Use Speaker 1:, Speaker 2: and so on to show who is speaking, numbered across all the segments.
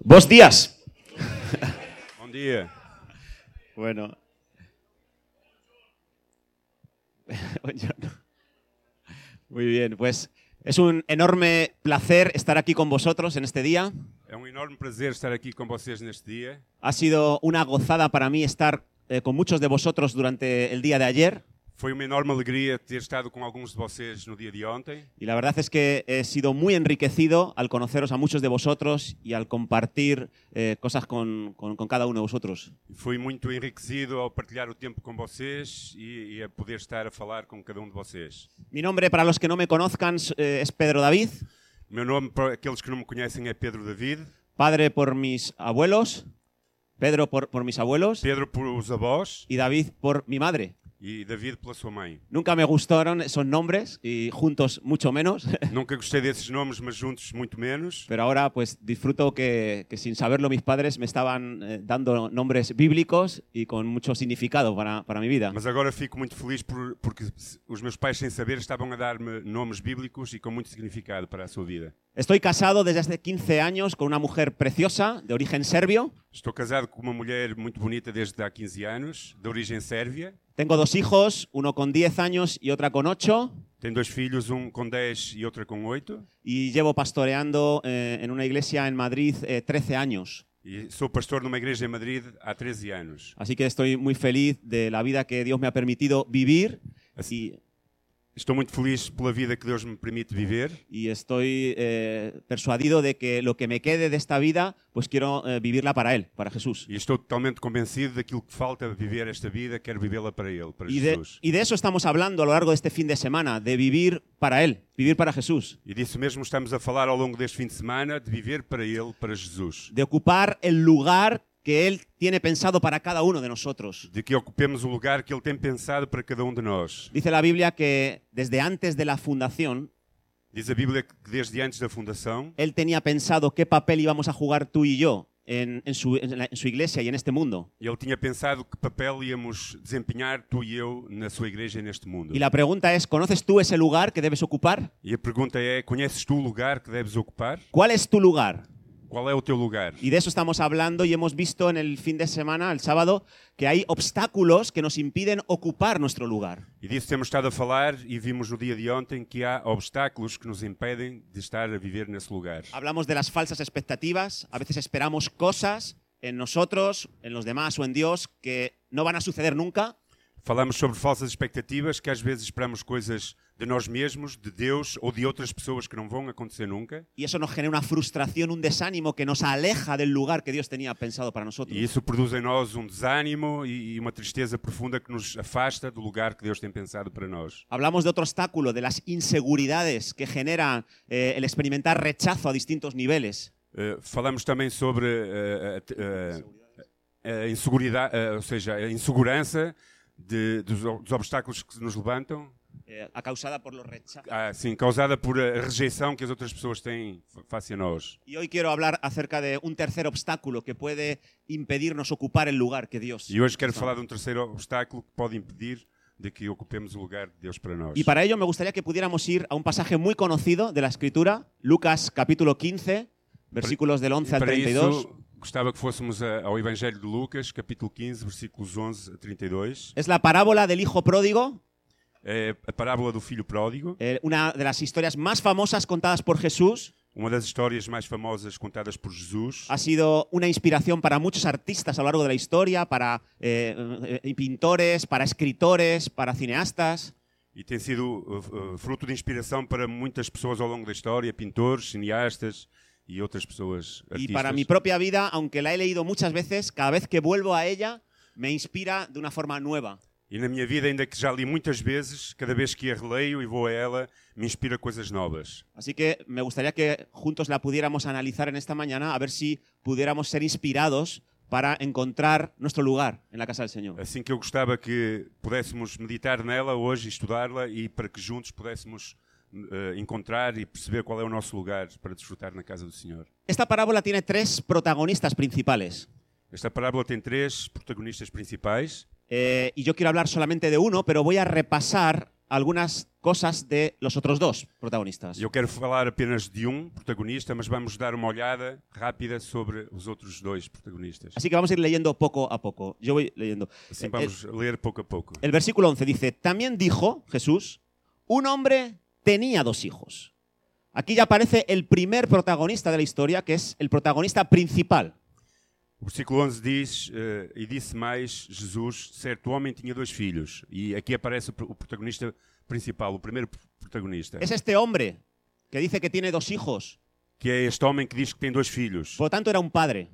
Speaker 1: Bos dies.
Speaker 2: Bon dia.
Speaker 1: Bueno. Yo no. Muy bien, pues es un enorme placer estar aquí con vosotros en este día.
Speaker 2: É um enorme prazer estar aqui com vocês neste dia.
Speaker 1: Ha sido una gozada para mí estar eh, con muchos de vosotros durante el día de ayer
Speaker 2: Foi uma enorme alegria ter estado com alguns de vocês no dia de ontem.
Speaker 1: y la verdad es que he sido muy enriquecido al conoceros a muchos de vosotros y al compartir eh, cosas con, con- con cada uno de vosotros.
Speaker 2: Fui muito enriquecido ao partilhar o tempo com vocês e, e a poder estar a falar com cada um de vocês.
Speaker 1: Mi nombre, para los que no me conozcan, s- eh, es Pedro David,
Speaker 2: O meu nome, para aqueles que não me conhecem, é Pedro David.
Speaker 1: padre por mis abuelos, Pedro por, por mis abuelos
Speaker 2: Pedro pelos avós
Speaker 1: y David por mi madre.
Speaker 2: e David pela sua mãe.
Speaker 1: Nunca me gustaron esos nombres y juntos mucho menos,
Speaker 2: Nunca gostei desses nomes, mas juntos muito menos.
Speaker 1: pero ahora pues disfruto que, que sin saberlo mis padres me estaban eh, dando nombres bíblicos y con mucho significado para, para mi vida.
Speaker 2: Mas agora fico muito feliz por- porque se- os meus pais, sem saber, estavam a dar-me nomes bíblicos e com muito significado para a sua vida.
Speaker 1: Estoy casado desde hace 15 años con una mujer preciosa de origen serbio.
Speaker 2: Estou casado com uma mulher muito bonita desde há 15 anos, de origem sérvia.
Speaker 1: Tengo dos hijos, uno con 10 años y otra con 8.
Speaker 2: Tem dois filhos, um com 10 e outra com 8.
Speaker 1: Y llevo pastoreando eh, en una iglesia en Madrid eh, 13 años.
Speaker 2: E sou pastor numa igreja em Madrid há 13 anos.
Speaker 1: Así que estoy muy feliz de la vida que Dios me ha permitido vivir y,
Speaker 2: Assim, Estou muito feliz pela vida que Deus me permite viver
Speaker 1: y estoy eh, persuadido de que lo que me quede de esta vida, pues quiero eh, vivirla para Él, para Jesús.
Speaker 2: e estou totalmente convencido daquilo que falta viver esta vida, quero vivê-la para Ele, para
Speaker 1: Y de,
Speaker 2: Jesus.
Speaker 1: y de eso estamos hablando a lo largo de este fin de semana, de vivir para Él, vivir para Jesús,
Speaker 2: E disso mesmo estamos a falar ao longo deste fim de semana, de viver para Ele, para Jesus.
Speaker 1: de ocupar el lugar que Él tiene pensado para cada uno de nosotros.
Speaker 2: De que ocupemos o lugar que Ele tem pensado para cada um de nós.
Speaker 1: Dice la Biblia que desde antes de la fundación,
Speaker 2: Diz a Bíblia que desde antes da fundação,
Speaker 1: Él tenía pensado qué papel íbamos a jugar tú y yo en, en su- en la- en su iglesia y en este mundo.
Speaker 2: Ele tinha pensado que papel íamos desempenhar tu e eu na sua igreja e neste mundo.
Speaker 1: Y la pregunta es, ¿conoces tú esse lugar que debes ocupar?
Speaker 2: E a pergunta é: conheces tu o lugar que deves ocupar?
Speaker 1: ¿Cuál es tu lugar?
Speaker 2: Qual é o teu lugar?
Speaker 1: Y de eso estamos hablando y hemos visto en el fin de semana, el sábado, que hay obstáculos que nos impiden ocupar nuestro lugar.
Speaker 2: E disso temos estado a falar e vimos no dia de ontem que há obstáculos que nos impedem de estar a viver nesse lugar.
Speaker 1: Hablamos de las falsas expectativas, a veces esperamos cosas en nosotros, en los demás o en Dios que no van a suceder nunca.
Speaker 2: Falamos sobre falsas expectativas, que às vezes esperamos coisas de nós mesmos, de Deus ou de outras pessoas que não vão acontecer nunca.
Speaker 1: Y eso nos genera una frustración, un desánimo que nos aleja del lugar que Dios tenía pensado para nosotros.
Speaker 2: E isso produz em nós um desânimo e e uma tristeza profunda que nos afasta do lugar que Deus tem pensado para nós.
Speaker 1: Hablamos de otro obstáculo, de las inseguridades que genera eh, el experimentar rechazo a distintos niveles.
Speaker 2: Uh, falamos também sobre uh, uh, uh, a inseguridade, uh, ou seja, a insegurança de- dos, o- dos obstáculos que nos levantam,
Speaker 1: eh, causada por los rechazos.
Speaker 2: ah, sim, causada por a rejeição que as outras pessoas têm fa- face a nós.
Speaker 1: Y hoy quiero hablar acerca de un tercer obstáculo que puede impedirnos ocupar el lugar que Dios.
Speaker 2: E hoje quero falar de um terceiro obstáculo que pode impedir de que ocupemos o lugar de Deus para nós.
Speaker 1: Y para ello me gustaría que pudiéramos ir a un pasaje muy conocido de la Escritura, Lucas capítulo 15, versículos del 11 al
Speaker 2: Para
Speaker 1: 32.
Speaker 2: isso, gostava que fôssemos a- ao Evangelho de Lucas, capítulo 15, versículos 11 a 32.
Speaker 1: Es la parábola del hijo pródigo,
Speaker 2: É a parábola do filho pródigo,
Speaker 1: eh, una de las historias más famosas contadas por Jesús.
Speaker 2: uma das histórias mais famosas contadas por Jesus.
Speaker 1: Ha sido una inspiración para muchos artistas a lo largo de la historia, para eh, eh, pintores, para escritores, para cineastas.
Speaker 2: E tem sido uh, uh, fruto de inspiração para muitas pessoas ao longo da história, pintores, cineastas e outras pessoas
Speaker 1: Y
Speaker 2: artistas.
Speaker 1: para mi propia vida, aunque la he leído muchas veces, cada vez que vuelvo a ella me inspira de una forma nueva.
Speaker 2: E na minha vida, ainda que já li muitas vezes, cada vez que a releio e vou a ela, me inspira coisas novas.
Speaker 1: Así que me gustaría que juntos la pudiéramos analizar en esta mañana, a ver si pudiéramos ser inspirados para encontrar nuestro lugar en la casa del Señor.
Speaker 2: Assim que eu gostava que pudéssemos meditar nela hoje, estudá-la e para que juntos pudéssemos uh, encontrar e perceber qual é o nosso lugar para desfrutar na casa do Senhor.
Speaker 1: Esta parábola tiene tres protagonistas principales.
Speaker 2: Esta parábola tem três protagonistas principais.
Speaker 1: Eh, y yo quiero hablar solamente de uno, pero voy a repasar algunas cosas de los otros dos protagonistas.
Speaker 2: Eu quero falar apenas de um protagonista, mas vamos dar uma olhada rápida sobre os outros dois protagonistas.
Speaker 1: Así que vamos a ir leyendo poco a poco. Yo voy leyendo.
Speaker 2: Assim
Speaker 1: Eh,
Speaker 2: vamos ler pouco a pouco.
Speaker 1: El versículo 11 dice, también dijo Jesús, un hombre tenía dos hijos. Aquí ya aparece el primer protagonista de la historia, que es el protagonista principal.
Speaker 2: O versículo 11 diz: eh, E disse mais Jesus, certo homem tinha dois filhos. E aqui aparece o pr- o protagonista principal, o primeiro pr- protagonista,
Speaker 1: Es este hombre que dice que tiene dos hijos.
Speaker 2: que é este homem que diz que tem dois filhos.
Speaker 1: Por lo tanto, era un padre.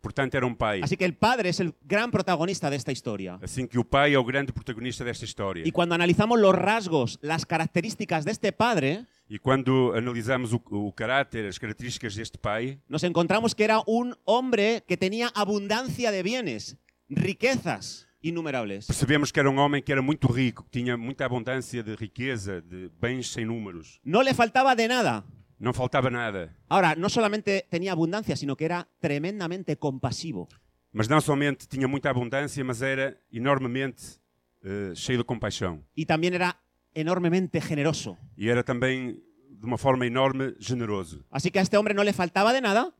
Speaker 2: Portanto, era um pai.
Speaker 1: Así que el padre es el gran protagonista de esta historia.
Speaker 2: Assim que o pai é o grande protagonista desta história.
Speaker 1: Y cuando analizamos los rasgos, las características de este padre,
Speaker 2: E quando analisamos o, o caráter, as características deste pai,
Speaker 1: nos encontramos que era un hombre que tenía abundancia de bienes, riquezas innumerables.
Speaker 2: percebemos que era um homem que era muito rico, que tinha muita abundância de riqueza, de bens sem números.
Speaker 1: No le faltaba de nada.
Speaker 2: Não faltava nada.
Speaker 1: Ahora, no solamente tenía abundancia, sino que era tremendamente compasivo.
Speaker 2: Mas não somente tinha muita abundância, mas era enormemente eh, cheio de compaixão.
Speaker 1: Y también era enormemente generoso.
Speaker 2: E era também, de uma forma enorme, generoso.
Speaker 1: Así que a este hombre no le faltaba de nada,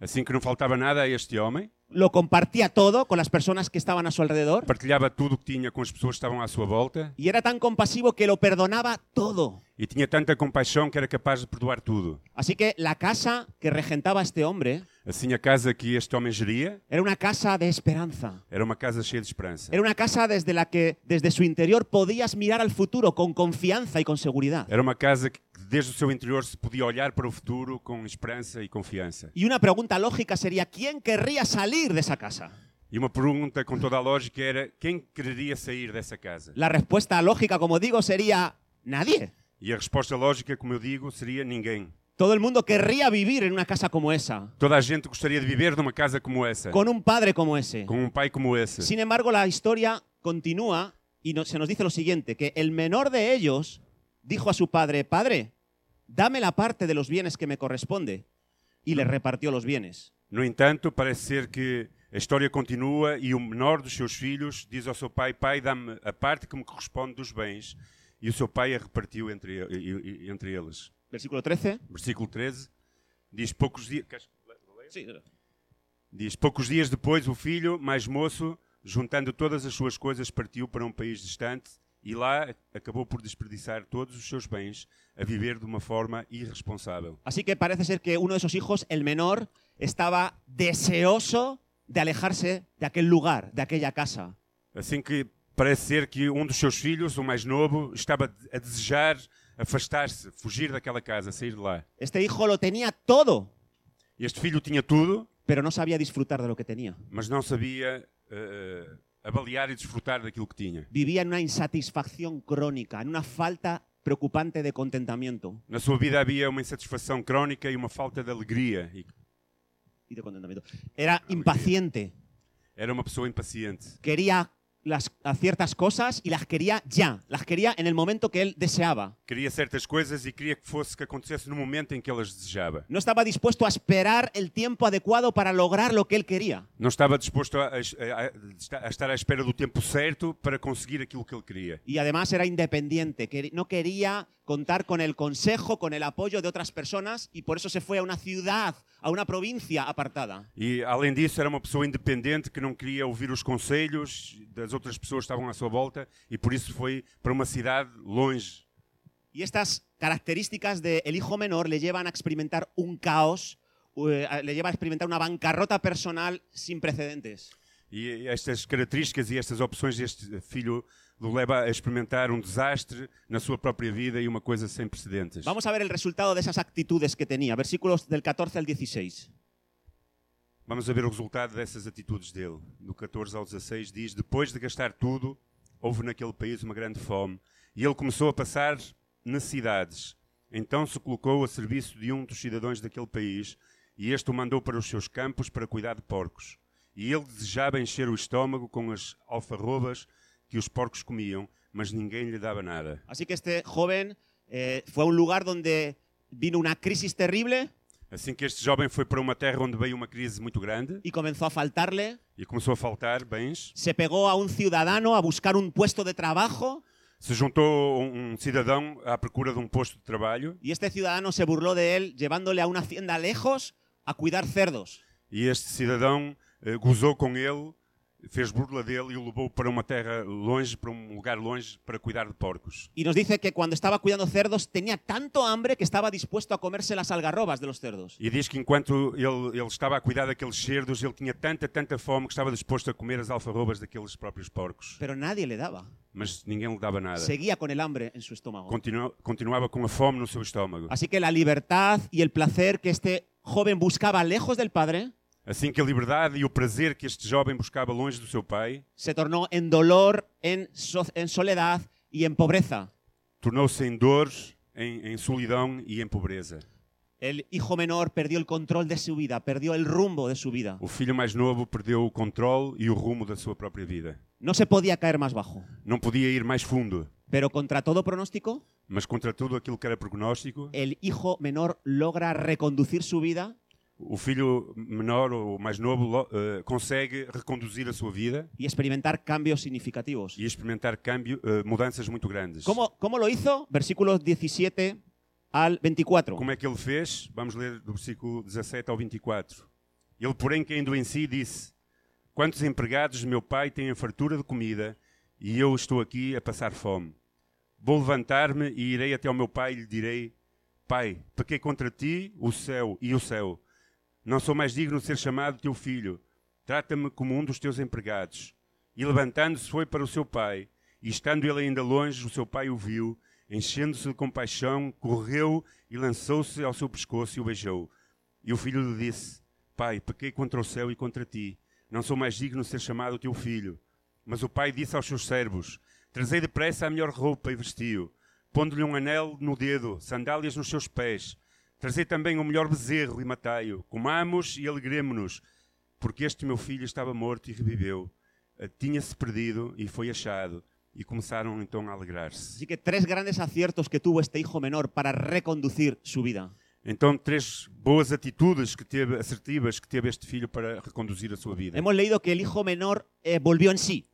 Speaker 2: Assim que não faltava nada a este homem,
Speaker 1: lo compartía todo con las personas que estaban a su alrededor.
Speaker 2: partilhava tudo o que tinha com as pessoas que estavam à sua volta
Speaker 1: Y era tan compasivo que lo perdonaba todo.
Speaker 2: e tinha tanta compaixão que era capaz de perdoar tudo.
Speaker 1: Así que la casa que regentaba este hombre
Speaker 2: Assim, a casa que este homem geria
Speaker 1: era una casa de esperanza.
Speaker 2: era uma casa cheia de esperança.
Speaker 1: Era una casa desde la que desde su interior podías mirar al futuro con confianza y con seguridad.
Speaker 2: Era uma casa que, desde o seu interior, se podia olhar para o futuro com esperança e confiança.
Speaker 1: Y una pregunta lógica sería, ¿quién querría salir de esa casa?
Speaker 2: E uma pergunta com toda a lógica era: quem quereria sair dessa casa?
Speaker 1: La respuesta lógica, como digo, sería nadie.
Speaker 2: E a resposta lógica, como eu digo, seria ninguém.
Speaker 1: Todo el mundo querría vivir en una casa como esa,
Speaker 2: Toda a gente gostaria de viver numa casa como essa,
Speaker 1: con un padre como esse.
Speaker 2: com um pai como esse.
Speaker 1: Sin embargo, la historia continúa y no- se nos dice lo siguiente, que el menor de ellos dijo a su padre, padre, dame la parte de los bienes que me corresponde. Y le repartió los bienes.
Speaker 2: No entanto, parece ser que a história continua e o menor dos seus filhos diz ao seu pai: Pai, dá-me a parte que me corresponde dos bens. E o seu pai a repartiu entre, e- e- entre eles.
Speaker 1: Versículo 13.
Speaker 2: Versículo 13 diz: Poucos dias. Diz: Poucos dias depois, o filho mais moço, juntando todas as suas coisas, partiu para um país distante e lá acabou por desperdiçar todos os seus bens a viver de uma forma irresponsável.
Speaker 1: Así que parece ser que uno de esos hijos, el menor, estaba deseoso de alejarse de aquel lugar, de aquella casa.
Speaker 2: Assim que parece ser que um dos seus filhos, o mais novo, estava a desejar afastar-se, fugir daquela casa, sair de lá.
Speaker 1: Este hijo lo tenía todo,
Speaker 2: Este filho tinha tudo,
Speaker 1: pero no sabía disfrutar de lo que tenía.
Speaker 2: mas não sabia eh, avaliar e desfrutar daquilo que tinha.
Speaker 1: Vivía en una insatisfacción crónica, en una falta preocupante de contentamiento
Speaker 2: Na sua vida havia uma insatisfação crónica e uma falta de alegria. E
Speaker 1: y de contentamiento. Era impaciente,
Speaker 2: era uma pessoa impaciente.
Speaker 1: quería las, a ciertas cosas y las quería ya, las quería en el momento que él deseaba.
Speaker 2: Queria certas coisas e queria que fosse que acontecesse no momento em que elas desejava.
Speaker 1: No estaba dispuesto a esperar el tiempo adecuado para lograr lo que él quería.
Speaker 2: Não estava disposto a, a- a- a estar à espera do tempo certo para conseguir aquilo que ele queria.
Speaker 1: Y además era independiente, que no quería contar con el consejo, con el apoyo de otras personas y por eso se fue a una ciudad, a una provincia apartada.
Speaker 2: E, além disso, era uma pessoa independente que não queria ouvir os conselhos das outras pessoas que estavam à sua volta e, por isso, foi para uma cidade longe.
Speaker 1: Y estas características del hijo menor le llevan a experimentar un caos, eh, a- le lleva a experimentar una bancarrota personal sin precedentes.
Speaker 2: E estas características e estas opções deste filho o leva a experimentar um desastre na sua própria vida e uma coisa sem precedentes.
Speaker 1: Vamos a ver el resultado de esas actitudes que tenía, versículos del 14 al 16.
Speaker 2: Vamos a ver o resultado dessas atitudes dele. Do 14 ao 16 diz: Depois de gastar tudo, houve naquele país uma grande fome e ele começou a passar necessidades. Então se colocou a serviço de um dos cidadãos daquele país e este o mandou para os seus campos para cuidar de porcos. E ele desejava encher o estômago com as alfarrobas que os porcos comiam, mas ninguém lhe dava nada.
Speaker 1: Así que este joven eh, fue a un lugar donde vino una crisis terrible
Speaker 2: Assim que este jovem foi para uma terra onde veio uma crise muito grande
Speaker 1: y comenzó a faltarle
Speaker 2: e começou a faltar bens,
Speaker 1: se pegó a un ciudadano a buscar un puesto de trabajo
Speaker 2: Se juntou um, um cidadão à procura de um posto de trabalho
Speaker 1: Y este ciudadano se burló de él llevándole a una hacienda lejos a cuidar cerdos.
Speaker 2: e este cidadão eh, gozou com ele, fez burla dele e o levou para uma terra longe, para um lugar longe, para cuidar de porcos.
Speaker 1: Y nos dice que cuando estaba cuidando cerdos tenía tanto hambre que estaba dispuesto a comerse las algarrobas de los cerdos.
Speaker 2: E diz que enquanto ele, ele estava a cuidar daqueles cerdos, ele tinha tanta, tanta fome que estava disposto a comer as alfarrobas daqueles próprios porcos.
Speaker 1: Pero nadie le daba.
Speaker 2: Mas ninguém lhe dava nada.
Speaker 1: Seguía con el hambre en su estómago.
Speaker 2: Continua- continuava com a fome no seu estômago.
Speaker 1: Así que la libertad y el placer que este joven buscaba lejos del padre
Speaker 2: Assim que a liberdade e o prazer que este jovem buscava longe do seu pai
Speaker 1: se tornó en dolor, en, so- en soledad y en pobreza.
Speaker 2: tornou-se em dor, em, em solidão e em pobreza.
Speaker 1: El hijo menor perdió el control de su vida, perdió el rumbo de su vida.
Speaker 2: O filho mais novo perdeu o controle e o rumo da sua própria vida.
Speaker 1: No se podía caer más bajo.
Speaker 2: Não podia ir mais fundo,
Speaker 1: Pero contra todo pronóstico,
Speaker 2: mas contra tudo aquilo que era prognóstico,
Speaker 1: el hijo menor logra reconducir su vida
Speaker 2: o filho menor ou mais novo lo- eh, consegue reconduzir a sua vida
Speaker 1: y experimentar cambios significativos.
Speaker 2: e experimentar câmbio, eh, mudanças muito grandes.
Speaker 1: ¿Cómo, cómo lo hizo? Versículos 17 al 24.
Speaker 2: Como é que ele fez? Vamos ler do versículo 17 ao 24. Ele, porém, caindo em si, disse: Quantos empregados de meu pai têm a fartura de comida e eu estou aqui a passar fome? Vou levantar-me e irei até ao meu pai e lhe direi: Pai, pequei contra ti, o céu e o céu. Não sou mais digno de ser chamado teu filho. Trata-me como um dos teus empregados. E levantando-se foi para o seu pai. E estando ele ainda longe, o seu pai o viu. Enchendo-se de compaixão, correu e lançou-se ao seu pescoço e o beijou. E o filho lhe disse: Pai, pequei contra o céu e contra ti. Não sou mais digno de ser chamado teu filho. Mas o pai disse aos seus servos: Trazei depressa a melhor roupa e vesti-o, pondo-lhe um anel no dedo, sandálias nos seus pés. Trazei também o melhor bezerro e matai-o. Comamos e alegremo-nos, porque este meu filho estava morto e reviveu. Eh, Tinha-se perdido e foi achado. E começaram então a alegrar-se.
Speaker 1: Así que tres grandes aciertos que tuvo este hijo menor para reconducir su vida.
Speaker 2: Então, três boas atitudes que teve, assertivas que teve este filho para reconduzir a sua vida.
Speaker 1: Hemos leído que el hijo menor eh, volvió en sí.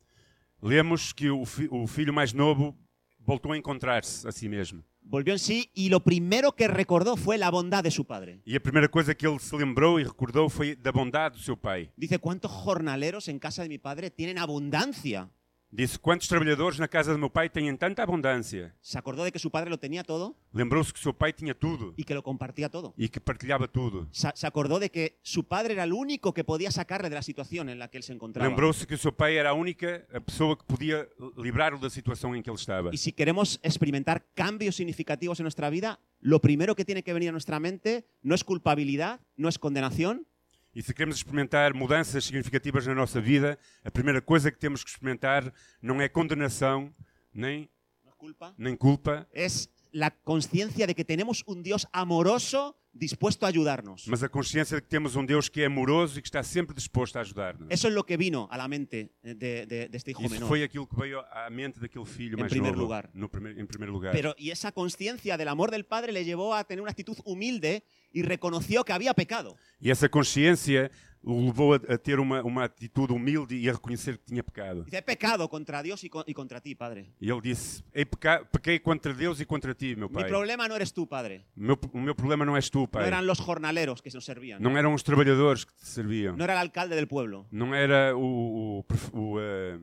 Speaker 2: Lemos que o, fi- o filho mais novo voltou a encontrar-se a si mesmo.
Speaker 1: Volvió en sí y lo primero que recordó fue la bondad de su padre.
Speaker 2: E a primeira coisa que ele se lembrou e recordou foi da bondade do seu pai.
Speaker 1: Dice, ¿cuántos jornaleros en casa de mi padre tienen abundancia?
Speaker 2: Disse: Quantos trabalhadores na casa do meu pai têm tanta abundância?
Speaker 1: Se acordó de que su padre lo tenía todo
Speaker 2: Lembrou-se que o seu pai tinha tudo
Speaker 1: y que lo compartía todo.
Speaker 2: e que partilhava tudo.
Speaker 1: Sa- Se acordó de que su padre era el único que podía sacarle de la situación en la que él se encontraba.
Speaker 2: Lembrou-se que o seu pai era a única a pessoa que podia livrar-o da situação em que ele estava.
Speaker 1: Y si queremos experimentar cambios significativos en nuestra vida, lo primero que tiene que venir a nuestra mente no es culpabilidad, no es condenación,
Speaker 2: E se queremos experimentar mudanças significativas na nossa vida, a primeira coisa que temos que experimentar não é condenação, nem,
Speaker 1: no es culpa,
Speaker 2: nem culpa,
Speaker 1: es la conciencia de que tenemos un Dios amoroso dispuesto a ayudarnos.
Speaker 2: mas a consciência de que temos um Deus que é amoroso e que está sempre disposto a ajudar-nos.
Speaker 1: Eso es lo que vino a la mente de, de- de este hijo
Speaker 2: Isso
Speaker 1: menor.
Speaker 2: foi aquilo que veio à mente daquele filho
Speaker 1: Em
Speaker 2: mais
Speaker 1: primeiro
Speaker 2: novo,
Speaker 1: lugar.
Speaker 2: no primeiro- em primeiro lugar.
Speaker 1: Pero, y esa conciencia del amor del Padre le llevó a tener una actitud humilde y reconoció que había pecado.
Speaker 2: E essa consciência o levou a, a ter uma, uma atitude humilde e a reconhecer que tinha pecado.
Speaker 1: Dice, he pecado contra Dios y, co- y contra ti, Padre.
Speaker 2: E ele disse, Ei, peca- pequei contra Deus e contra ti, meu
Speaker 1: Mi
Speaker 2: pai.
Speaker 1: problema no eres tú, Padre.
Speaker 2: Meu- o meu problema não és tu,
Speaker 1: No
Speaker 2: pai.
Speaker 1: eran los jornaleros que nos servían.
Speaker 2: Não eram os trabalhadores que te serviam.
Speaker 1: No era el alcalde del pueblo.
Speaker 2: Não era o, o, pref- o, eh,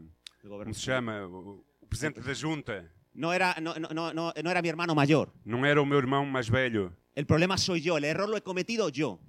Speaker 1: el gobernador.
Speaker 2: como se chama, o, o presidente da junta.
Speaker 1: No era, no, no, no, no- no era mi hermano mayor.
Speaker 2: Não era o meu irmão mais velho.
Speaker 1: El problema soy yo, el error lo he cometido yo.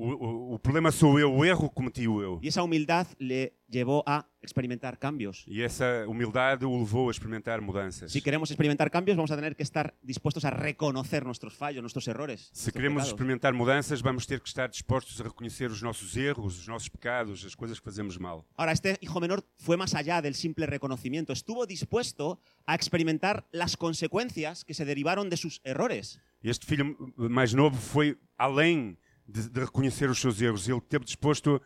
Speaker 2: O, o, o problema sou eu, o erro cometi eu.
Speaker 1: Y esa humildad le llevó a experimentar cambios.
Speaker 2: E essa humildade o levou a experimentar mudanças.
Speaker 1: Si queremos experimentar cambios, vamos a tener que estar dispuestos a reconocer nuestros fallos, nuestros errores.
Speaker 2: Se
Speaker 1: nuestros
Speaker 2: queremos
Speaker 1: pecados.
Speaker 2: experimentar mudanças, vamos ter que estar dispostos a reconhecer os nossos erros, os nossos pecados, as coisas que fazemos mal.
Speaker 1: Ahora, este hijo menor fue más allá del simple reconocimiento. Estuvo dispuesto a experimentar las consecuencias que se derivaron de sus errores.
Speaker 2: Este filho mais novo foi além de, de reconhecer os seus erros. Ele esteve disposto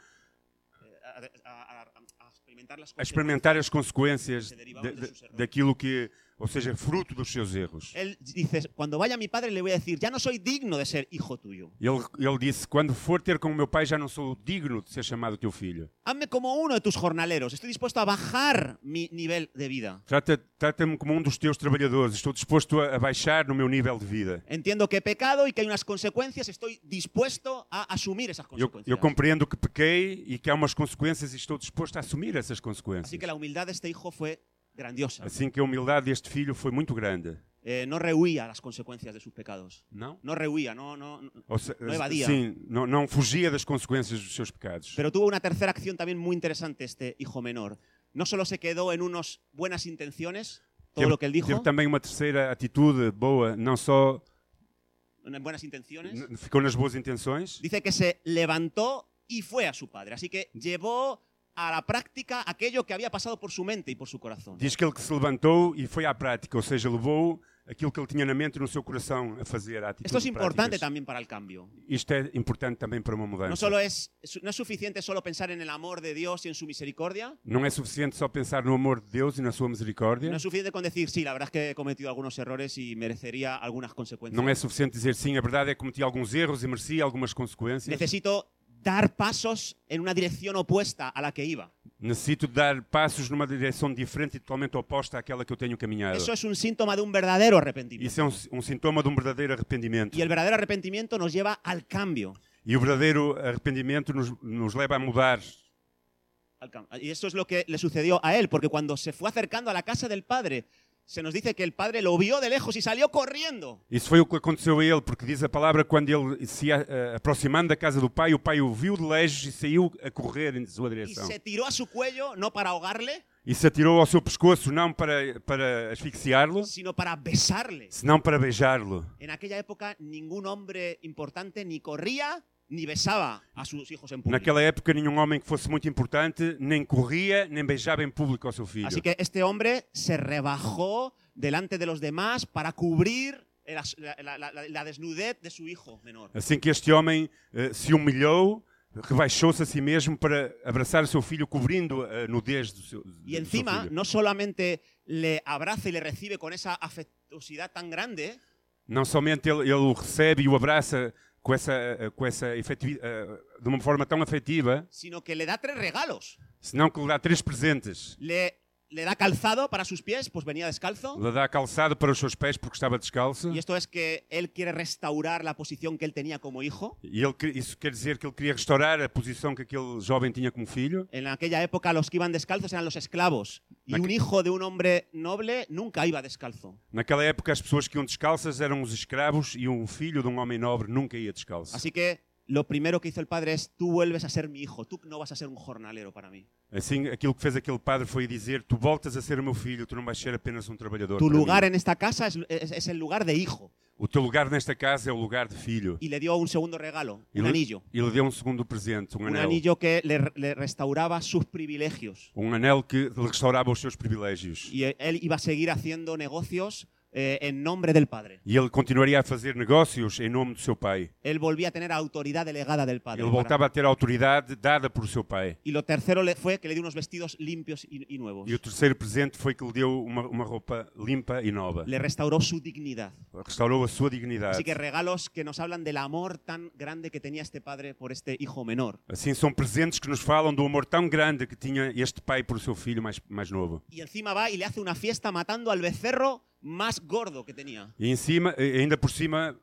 Speaker 1: Eh, A, a- a- a experimentar las
Speaker 2: a
Speaker 1: consecuencias.
Speaker 2: experimentar as consequências de- de- daquilo que Ou seja, fruto dos seus erros.
Speaker 1: Él dice, cuando vaya mi padre le voy a decir, ya no soy digno de ser hijo tuyo.
Speaker 2: Ele, ele disse: Quando for ter com o meu pai, já não sou digno de ser chamado teu filho.
Speaker 1: Hazme como uno de tus jornaleros. Estoy dispuesto a bajar mi nivel de vida.
Speaker 2: Trata- Trata-me como um dos teus trabalhadores. Estou disposto a, a baixar no meu nível de vida.
Speaker 1: Entiendo que he pecado y que hay unas consecuencias. Estoy dispuesto a asumir esas
Speaker 2: Eu,
Speaker 1: consecuencias.
Speaker 2: eu compreendo que pequei e que há umas consequências e estou disposto a assumir essas
Speaker 1: Así
Speaker 2: consequências.
Speaker 1: Assim que la humildad de este hijo fue grandiosa.
Speaker 2: Assim que a humildade deste filho foi muito grande.
Speaker 1: Eh, no rehuía las consecuencias de sus pecados.
Speaker 2: Não?
Speaker 1: No rehuía, no, no, no.
Speaker 2: Ou se-
Speaker 1: Não evadia.
Speaker 2: Sim, não, não fugia das consequências dos seus pecados.
Speaker 1: Pero tuvo una tercera acción también muy interesante este hijo menor. No solo se quedó en unas buenas intenciones, todo lo que él
Speaker 2: teve
Speaker 1: dijo,
Speaker 2: também uma terceira atitude boa, não só
Speaker 1: en buenas intenciones,
Speaker 2: n- ficou nas boas intenções,
Speaker 1: dice que se levantó y fue a su padre. Así que llevó a la práctica aquello que había pasado por su mente y por su corazón.
Speaker 2: diz que ele que se levantou e foi à prática, ou seja, levou aquilo que ele tinha na mente e no seu coração a fazer, a atitude
Speaker 1: Esto es é importante
Speaker 2: práticas.
Speaker 1: también para el cambio.
Speaker 2: Isto é importante também para uma mudança.
Speaker 1: No, solo es, no es suficiente solo pensar en el amor de Dios y en su misericordia.
Speaker 2: Não é suficiente só pensar no amor de Deus e na sua misericórdia.
Speaker 1: No es suficiente con decir, sí, la verdad es que he cometido algunos errores y merecería algunas consecuencias.
Speaker 2: Não é suficiente dizer sim, a verdade é que cometi alguns erros e mereci algumas consequências.
Speaker 1: Necesito dar pasos en una dirección opuesta a la que iba.
Speaker 2: Necessito dar passos numa direção diferente e totalmente oposta àquela que eu tenho caminhado.
Speaker 1: Eso es un síntoma de un verdadero arrepentimiento.
Speaker 2: Isso é um, um sintoma de um verdadeiro arrependimento.
Speaker 1: Y el verdadero arrepentimiento nos lleva al cambio.
Speaker 2: E o verdadeiro arrependimento nos, nos leva a mudar.
Speaker 1: Al cam- Y eso es lo que le sucedió a él, porque cuando se fue acercando a la casa del padre, se nos dice que el padre lo vio de lejos y salió corriendo.
Speaker 2: Isso foi o que aconteceu a ele, porque diz a palavra quando ele se eh, aproximando da casa do pai, o pai o viu de lejos e saiu a correr em sua
Speaker 1: Y
Speaker 2: direção.
Speaker 1: se tiró a su cuello, no para ahogarle,
Speaker 2: E se atirou ao seu pescoço, não para, para asfixiá-lo,
Speaker 1: sino para besarle.
Speaker 2: senão para beijá-lo.
Speaker 1: En aquella época ningún hombre importante ni corría ni besaba a sus hijos en público.
Speaker 2: Naquela época, nenhum homem que fosse muito importante nem corria nem beijava em público ao seu filho.
Speaker 1: Así que este hombre se rebajó delante de los demás para cubrir el as- la, la- la- la desnudez de su hijo menor.
Speaker 2: Assim que este homem eh, se humilhou, rebaixou-se a si mesmo para abraçar o seu filho, cobrindo a nudez do seu,
Speaker 1: Y
Speaker 2: do seu
Speaker 1: encima
Speaker 2: filho.
Speaker 1: no solamente le abraza y le recibe con esa afectuosidad tan grande,
Speaker 2: Não somente ele, ele o recebe e o abraça com essa, eh, com essa efetiva, eh, de uma forma tão afetiva,
Speaker 1: sino que le da tres regalos.
Speaker 2: senão que lhe dá três presentes.
Speaker 1: Le, le da calzado para sus pies, pues venía descalzo.
Speaker 2: Lhe dá calçado para os seus pés porque estava descalço.
Speaker 1: Y esto es que él quiere restaurar la posición que él tenía como hijo.
Speaker 2: E ele, que- isso quer dizer que ele queria restaurar a posição que aquele jovem tinha como filho.
Speaker 1: En aquella época los que iban descalzos eran los esclavos. Y
Speaker 2: Aqu-
Speaker 1: un hijo de un hombre noble nunca iba descalzo.
Speaker 2: Naquela época, as pessoas que iam descalças eram os escravos e um filho de um homem nobre nunca ia descalço.
Speaker 1: Así que lo primero que hizo el padre es, tú vuelves a ser mi hijo, tú no vas a ser un jornalero para mí.
Speaker 2: Assim, aquilo que fez aquele padre foi dizer: Tu voltas a ser o meu filho, tu não vais ser apenas um trabalhador.
Speaker 1: Tu
Speaker 2: para
Speaker 1: lugar é- en
Speaker 2: mim.
Speaker 1: esta casa es, es- es el lugar de hijo.
Speaker 2: O teu lugar nesta casa é o lugar de filho.
Speaker 1: Y le dio un segundo regalo,
Speaker 2: E
Speaker 1: un
Speaker 2: lhe-
Speaker 1: anillo.
Speaker 2: E lhe deu um segundo presente, um
Speaker 1: Un
Speaker 2: anel.
Speaker 1: anillo que le, le restauraba sus privilegios.
Speaker 2: Um anel que lhe restaurava os seus privilégios.
Speaker 1: Y él iba a seguir haciendo negocios eh, en nombre del padre.
Speaker 2: E ele continuaria a fazer negócios em nome do seu pai.
Speaker 1: Él volvía a tener autoridad delegada del padre.
Speaker 2: Ele
Speaker 1: Ah, para-
Speaker 2: voltava a ter a autoridade dada por seu pai.
Speaker 1: Y lo tercero le- fue que le dio unos vestidos limpios y, y nuevos.
Speaker 2: E o terceiro presente foi que lhe deu uma, uma roupa limpa e nova.
Speaker 1: le restauró su dignidad.
Speaker 2: Restaurou a sua
Speaker 1: Así
Speaker 2: dignidade.
Speaker 1: que regalos que nos hablan del amor tan grande que tenía este padre por este hijo menor.
Speaker 2: Assim, são presentes que nos falam do amor tão grande que tinha este pai por seu filho mais, mais novo.
Speaker 1: Y encima va y le hace una fiesta matando al becerro más gordo que tenía.
Speaker 2: E em cima, eh, ainda por cima,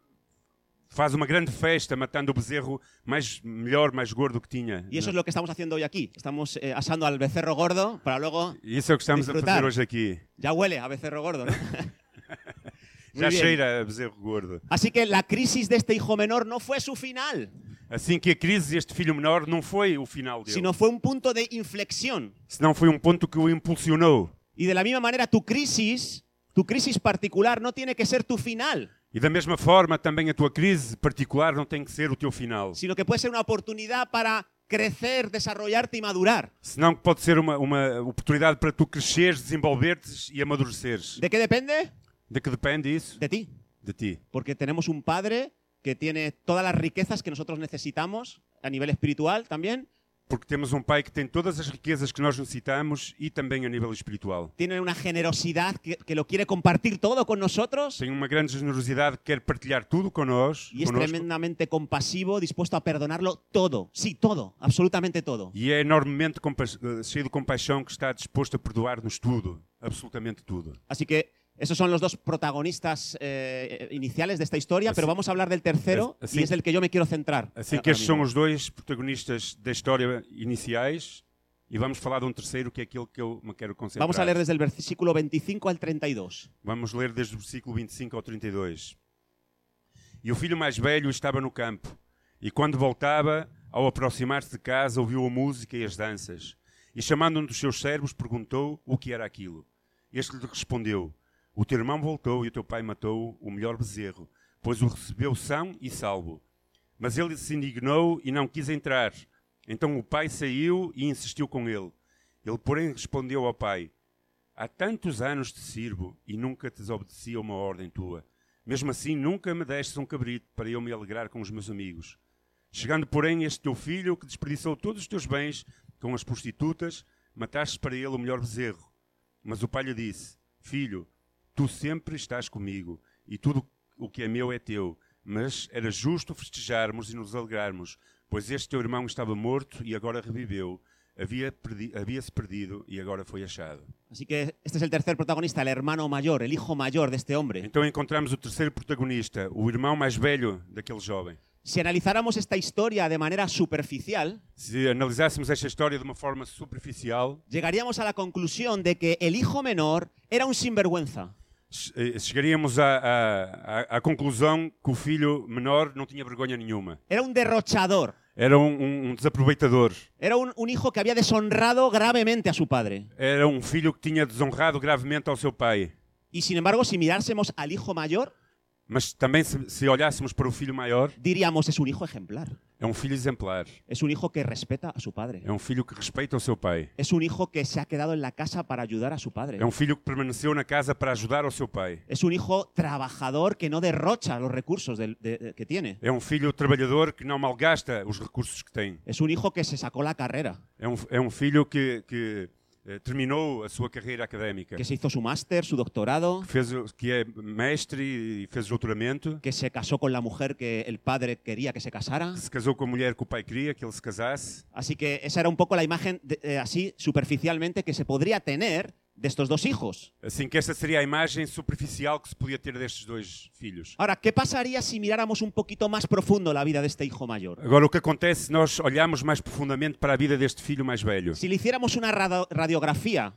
Speaker 2: faz uma grande festa matando o bezerro mais melhor, mais gordo que tinha.
Speaker 1: Y eso es lo que estamos haciendo hoy aquí. Estamos eh, asando al becerro gordo para luego
Speaker 2: E isso é o que estamos a
Speaker 1: Disfrutar.
Speaker 2: fazer hoje aqui.
Speaker 1: ya huele a becerro gordo. ¿no? Muy
Speaker 2: Já
Speaker 1: bien.
Speaker 2: cheira a bezerro gordo.
Speaker 1: Así que la crisis de este hijo menor no fue su final,
Speaker 2: Assim que a crise deste filho menor não foi o final dele,
Speaker 1: sino fue un punto de inflexión.
Speaker 2: senão foi um ponto que o impulsionou.
Speaker 1: Y de la misma manera tu crisis, tu crisis particular no tiene que ser tu final,
Speaker 2: E da mesma forma, também a tua crise particular não tem que ser o teu final,
Speaker 1: sino que puede ser una oportunidad para crecer, desarrollarte y madurar.
Speaker 2: senão que pode ser uma, uma oportunidade para tu cresceres, desenvolver-te y amadureceres.
Speaker 1: ¿De qué depende?
Speaker 2: De que depende isso?
Speaker 1: De ti.
Speaker 2: De ti.
Speaker 1: Porque tenemos un Padre que tiene todas las riquezas que nosotros necesitamos a nivel espiritual también.
Speaker 2: porque temos um pai que tem todas as riquezas que nós necessitamos e também a nível espiritual.
Speaker 1: Tiene una generosidad que, que lo quiere compartir todo con nosotros
Speaker 2: Tem uma grande generosidade que quer partilhar tudo connosco.
Speaker 1: y es
Speaker 2: conosco.
Speaker 1: tremendamente compasivo, dispuesto a perdonarlo todo. Sí, todo, absolutamente todo.
Speaker 2: E é enormemente compa- eh, cheio de compaixão que está disposto a perdoar-nos tudo, absolutamente tudo.
Speaker 1: Así que esos son los dos protagonistas eh, eh, iniciales de esta historia, pero vamos a hablar del tercero
Speaker 2: Así-
Speaker 1: y es el que yo me quiero centrar.
Speaker 2: Assim
Speaker 1: eh,
Speaker 2: que estes
Speaker 1: ahora
Speaker 2: são
Speaker 1: mismo.
Speaker 2: os dois protagonistas da história iniciais e vamos falar de um terceiro que é aquele que eu me quero concentrar.
Speaker 1: Vamos a leer desde el versículo 25 al 32.
Speaker 2: Vamos ler desde o versículo 25 ao 32. E o filho mais velho estava no campo, e quando voltava, ao aproximar-se de casa, ouviu a música e as danças. E chamando um dos seus servos, perguntou o que era aquilo. Este lhe respondeu: O teu irmão voltou e o teu pai matou o melhor bezerro, pois o recebeu são e salvo. Mas ele se indignou e não quis entrar. Então o pai saiu e insistiu com ele. Ele, porém, respondeu ao pai: Há tantos anos te sirvo e nunca desobedeci a uma ordem tua. Mesmo assim, nunca me deste um cabrito para eu me alegrar com os meus amigos. Chegando, porém, este teu filho, que desperdiçou todos os teus bens com as prostitutas, mataste para ele o melhor bezerro. Mas o pai lhe disse: Filho, tu sempre estás comigo, e tudo o que é meu é teu. Mas era justo festejarmos e nos alegrarmos, pois este teu irmão estava morto e agora reviveu. Havia perdi- Havia-se perdido e agora foi achado.
Speaker 1: Así que este es el tercer protagonista, el hermano mayor, el hijo mayor de este hombre.
Speaker 2: Então encontramos o terceiro protagonista, o irmão mais velho daquele jovem.
Speaker 1: Si analizáramos esta historia de manera superficial,
Speaker 2: Se analisássemos esta história de uma forma superficial,
Speaker 1: llegaríamos a la conclusión de que el hijo menor era un sinvergüenza.
Speaker 2: che- eh, chegaríamos à, à- à- à conclusão que o filho menor não tinha vergonha nenhuma.
Speaker 1: Era un derrochador.
Speaker 2: Era um, um- um desaproveitador.
Speaker 1: Era un, un hijo que había deshonrado gravemente a su padre.
Speaker 2: Era um filho que tinha desonrado gravemente ao seu pai.
Speaker 1: Y sin embargo, si mirásemos al hijo mayor,
Speaker 2: Mas também, se, se olhássemos para o filho maior,
Speaker 1: diríamos es un hijo ejemplar.
Speaker 2: é um filho exemplar.
Speaker 1: Es un hijo que respeta a su padre.
Speaker 2: É um filho que respeita o seu pai.
Speaker 1: Es un hijo que se ha quedado en la casa para ayudar a su padre.
Speaker 2: É um filho que permaneceu na casa para ajudar o seu pai.
Speaker 1: Es un hijo trabajador que no derrocha los recursos del- de- de- que tiene.
Speaker 2: É um filho trabalhador que não malgasta os recursos que tem.
Speaker 1: Es un hijo que se sacó la carrera,
Speaker 2: É um, é um filho que, que, eh, terminou a sua carreira académica,
Speaker 1: que se hizo su máster, su doctorado,
Speaker 2: que, fez, o- que é mestre e fez doutoramento,
Speaker 1: que se casó con la mujer que el padre quería que se casara.
Speaker 2: que se casou com a mulher que o pai queria, que ele se casasse.
Speaker 1: Así que esa era un poco la imagen de- eh, así superficialmente que se podría tener de estos dos hijos.
Speaker 2: Assim que esta seria a imagem superficial que se podia ter destes dois filhos.
Speaker 1: Ahora, ¿qué pasaría si miráramos un poquito más profundo la vida de este hijo mayor?
Speaker 2: Agora, o que acontece se nós olharmos mais profundamente para a vida deste filho mais velho?
Speaker 1: Si le hiciéramos una rado- radiografía,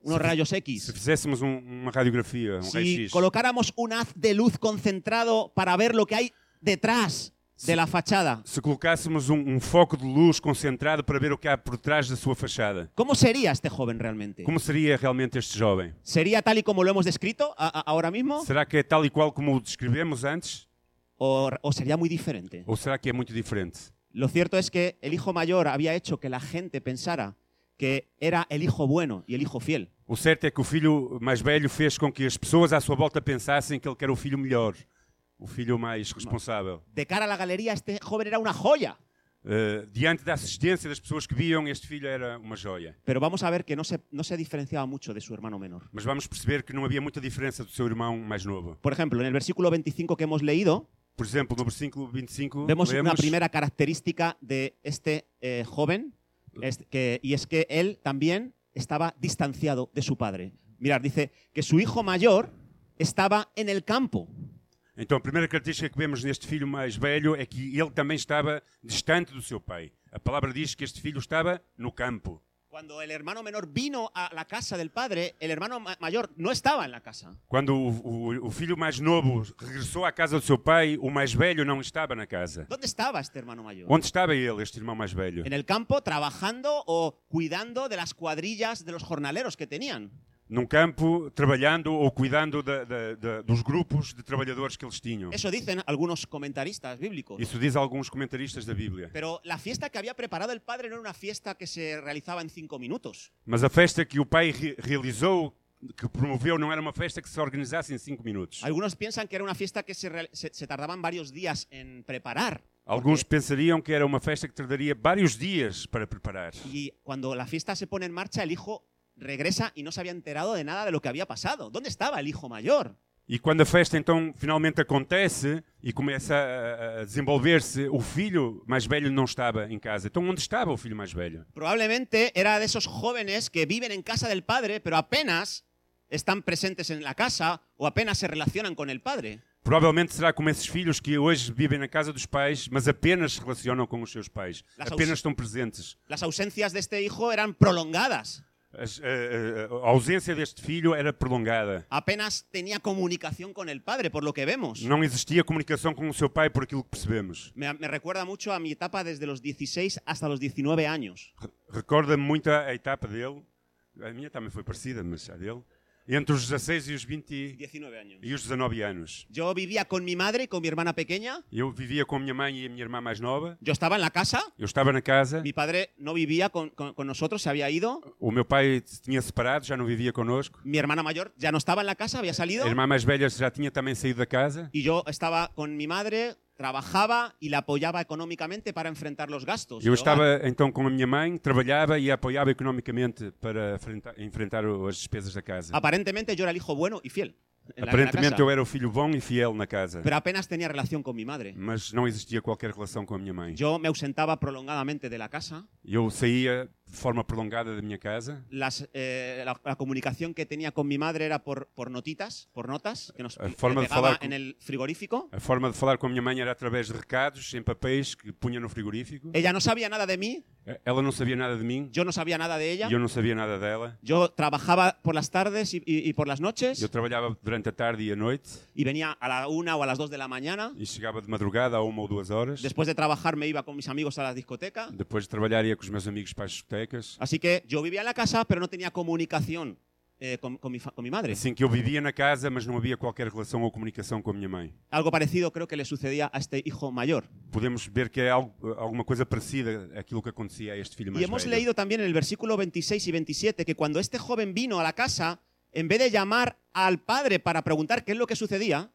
Speaker 1: unos rayos
Speaker 2: Se
Speaker 1: X,
Speaker 2: fizéssemos um- uma radiografia, um
Speaker 1: si
Speaker 2: raio-x,
Speaker 1: colocáramos un haz de luz concentrado para ver lo que hay detrás de la fachada,
Speaker 2: se colocássemos um, um foco de luz concentrado para ver o que há por trás da sua fachada,
Speaker 1: ¿cómo sería este joven realmente?
Speaker 2: como seria realmente este jovem?
Speaker 1: ¿Sería tal y como lo hemos descrito a- a- ahora mismo?
Speaker 2: Será que é tal e qual como o descrevemos antes?
Speaker 1: ¿O, o sería muy diferente?
Speaker 2: Ou será que é muito diferente?
Speaker 1: Lo cierto es que el hijo mayor había hecho que la gente pensara que era el hijo bueno y el hijo fiel.
Speaker 2: O certo é que o filho mais velho fez com que as pessoas à sua volta pensassem que ele era o filho melhor, o filho mais responsável.
Speaker 1: De cara a la galería, este joven era una joya.
Speaker 2: Eh, diante da assistência das pessoas que viam, este filho era uma joia.
Speaker 1: Pero vamos a ver que no se, no se diferenciaba mucho de su hermano menor.
Speaker 2: Mas vamos perceber que não havia muita diferença do seu irmão mais novo.
Speaker 1: Por ejemplo, en el versículo 25 que hemos leído,
Speaker 2: Por exemplo, no versículo 25,
Speaker 1: vemos
Speaker 2: lemos,
Speaker 1: una primera característica de este eh, joven, es que- y es que él también estaba distanciado de su padre. Mirad, dice que su hijo mayor estaba en el campo.
Speaker 2: Então, a primeira característica que vemos neste filho mais velho é que ele também estava distante do seu pai. A palavra diz que este filho estava no campo.
Speaker 1: Cuando el hermano menor vino a la casa del padre, el hermano ma- mayor no estaba en la casa.
Speaker 2: Quando o, o- o filho mais novo regressou à casa do seu pai, o mais velho não estava na casa.
Speaker 1: ¿Dónde estaba este hermano mayor?
Speaker 2: Onde estava ele, este irmão mais velho?
Speaker 1: En el campo trabajando o cuidando de las cuadrillas de los jornaleros que tenían.
Speaker 2: Num campo, trabalhando ou cuidando da- da- da- dos grupos de trabalhadores que eles tinham.
Speaker 1: Eso dicen algunos comentaristas bíblicos.
Speaker 2: Isso diz alguns comentaristas da Bíblia.
Speaker 1: Pero la fiesta que había preparado el padre no era una fiesta que se realizaba en cinco minutos.
Speaker 2: Mas a festa que o pai re- realizou que promoveu não era uma festa que se organizasse em cinco minutos.
Speaker 1: Algunos piensan que era una fiesta que se, real- se- se tardaban varios días en preparar.
Speaker 2: Alguns pensariam que era uma festa que tardaria vários dias para preparar.
Speaker 1: Y cuando la fiesta se pone en marcha, el hijo regresa y no se había enterado de nada de lo que había pasado. ¿Dónde estaba el hijo mayor?
Speaker 2: E quando a festa então finalmente acontece e começa a- a, a desenvolver-se, o filho mais velho não estava em casa. Então onde estava o filho mais velho?
Speaker 1: Probablemente era de esos jóvenes que viven en casa del padre, pero apenas están presentes en la casa o apenas se relacionan con el padre.
Speaker 2: Provavelmente será como esses filhos que hoje vivem na casa dos pais, mas apenas se relacionam com os seus pais,
Speaker 1: Las
Speaker 2: apenas
Speaker 1: aus-
Speaker 2: estão presentes.
Speaker 1: Las ausencias de este hijo eran prolongadas.
Speaker 2: As- a- a- a ausência deste filho era prolongada.
Speaker 1: Apenas tenía comunicación con el padre, por lo que vemos.
Speaker 2: Não existia comunicação com o seu pai por aquilo que percebemos.
Speaker 1: Me, me recuerda mucho a mi etapa desde los 16 hasta los 19 años.
Speaker 2: Recorda-me muito a a etapa dele. A minha também foi parecida, mas a dele. Entre os 16 e os 20 e-
Speaker 1: 19 años.
Speaker 2: e os 19 anos.
Speaker 1: Yo vivía con mi madre y con mi hermana pequeña.
Speaker 2: Eu vivia com a minha mãe e a minha irmã mais nova.
Speaker 1: Yo estaba en la casa.
Speaker 2: Eu estava na casa.
Speaker 1: Mi padre no vivía con, con- con nosotros, se había ido.
Speaker 2: O meu pai se tinha separado, já não vivia connosco.
Speaker 1: Mi hermana mayor ya no estaba en la casa, había salido.
Speaker 2: A irmã mais velha já tinha também saído da casa.
Speaker 1: Y yo estaba con mi madre, trabajaba y la apoyaba económicamente para enfrentar los gastos.
Speaker 2: Eu
Speaker 1: del hogar.
Speaker 2: estava então com a minha mãe, trabalhava e a apoiava economicamente para enfrenta- enfrentar o- as despesas da casa.
Speaker 1: Ah, Aparentemente yo era el hijo bueno y fiel. en la- en la
Speaker 2: Aparentemente
Speaker 1: casa.
Speaker 2: eu era o filho bom e fiel na casa,
Speaker 1: Pero apenas tenía relación con mi madre.
Speaker 2: mas não existia qualquer relação com a minha mãe.
Speaker 1: Yo me ausentaba prolongadamente de la casa.
Speaker 2: Eu saía de forma prolongada da minha casa.
Speaker 1: Las, eh, la, la comunicación que tenía con mi madre era por, por notitas, por notas, que nos
Speaker 2: A
Speaker 1: que
Speaker 2: forma de
Speaker 1: pegaba
Speaker 2: falar con-
Speaker 1: en Eh, el frigorífico.
Speaker 2: A forma de falar com a minha mãe era através de recados em papéis que punha no frigorífico.
Speaker 1: Ella no sabía nada de mí,
Speaker 2: Ela não sabia nada de mim
Speaker 1: yo no sabía nada de ella.
Speaker 2: e eu não sabia nada dela.
Speaker 1: Yo trabajaba por las tardes y, y- y por las noches
Speaker 2: Eu trabalhava durante a tarde e a noite
Speaker 1: y venía a la una o a las dos de la mañana.
Speaker 2: e chegava de madrugada a uma ou duas horas.
Speaker 1: Después de trabajar me iba con mis amigos a la discoteca.
Speaker 2: Depois de trabalhar ia com os meus amigos para as discotecas.
Speaker 1: Así que yo vivía en la casa, pero no tenía comunicación eh, con, con mi, fa- con mi madre.
Speaker 2: Assim que eu vivia na casa, mas não havia qualquer relação ou comunicação com a minha mãe.
Speaker 1: Algo parecido creo que le sucedía a este hijo mayor.
Speaker 2: Podemos ver que é algo- alguma coisa parecida àquilo que acontecia a este filho mais
Speaker 1: Y hemos
Speaker 2: velho.
Speaker 1: leído también en el versículo 26 y 27 que cuando este joven vino a la casa, en vez de llamar al padre para preguntar qué es lo que sucedía,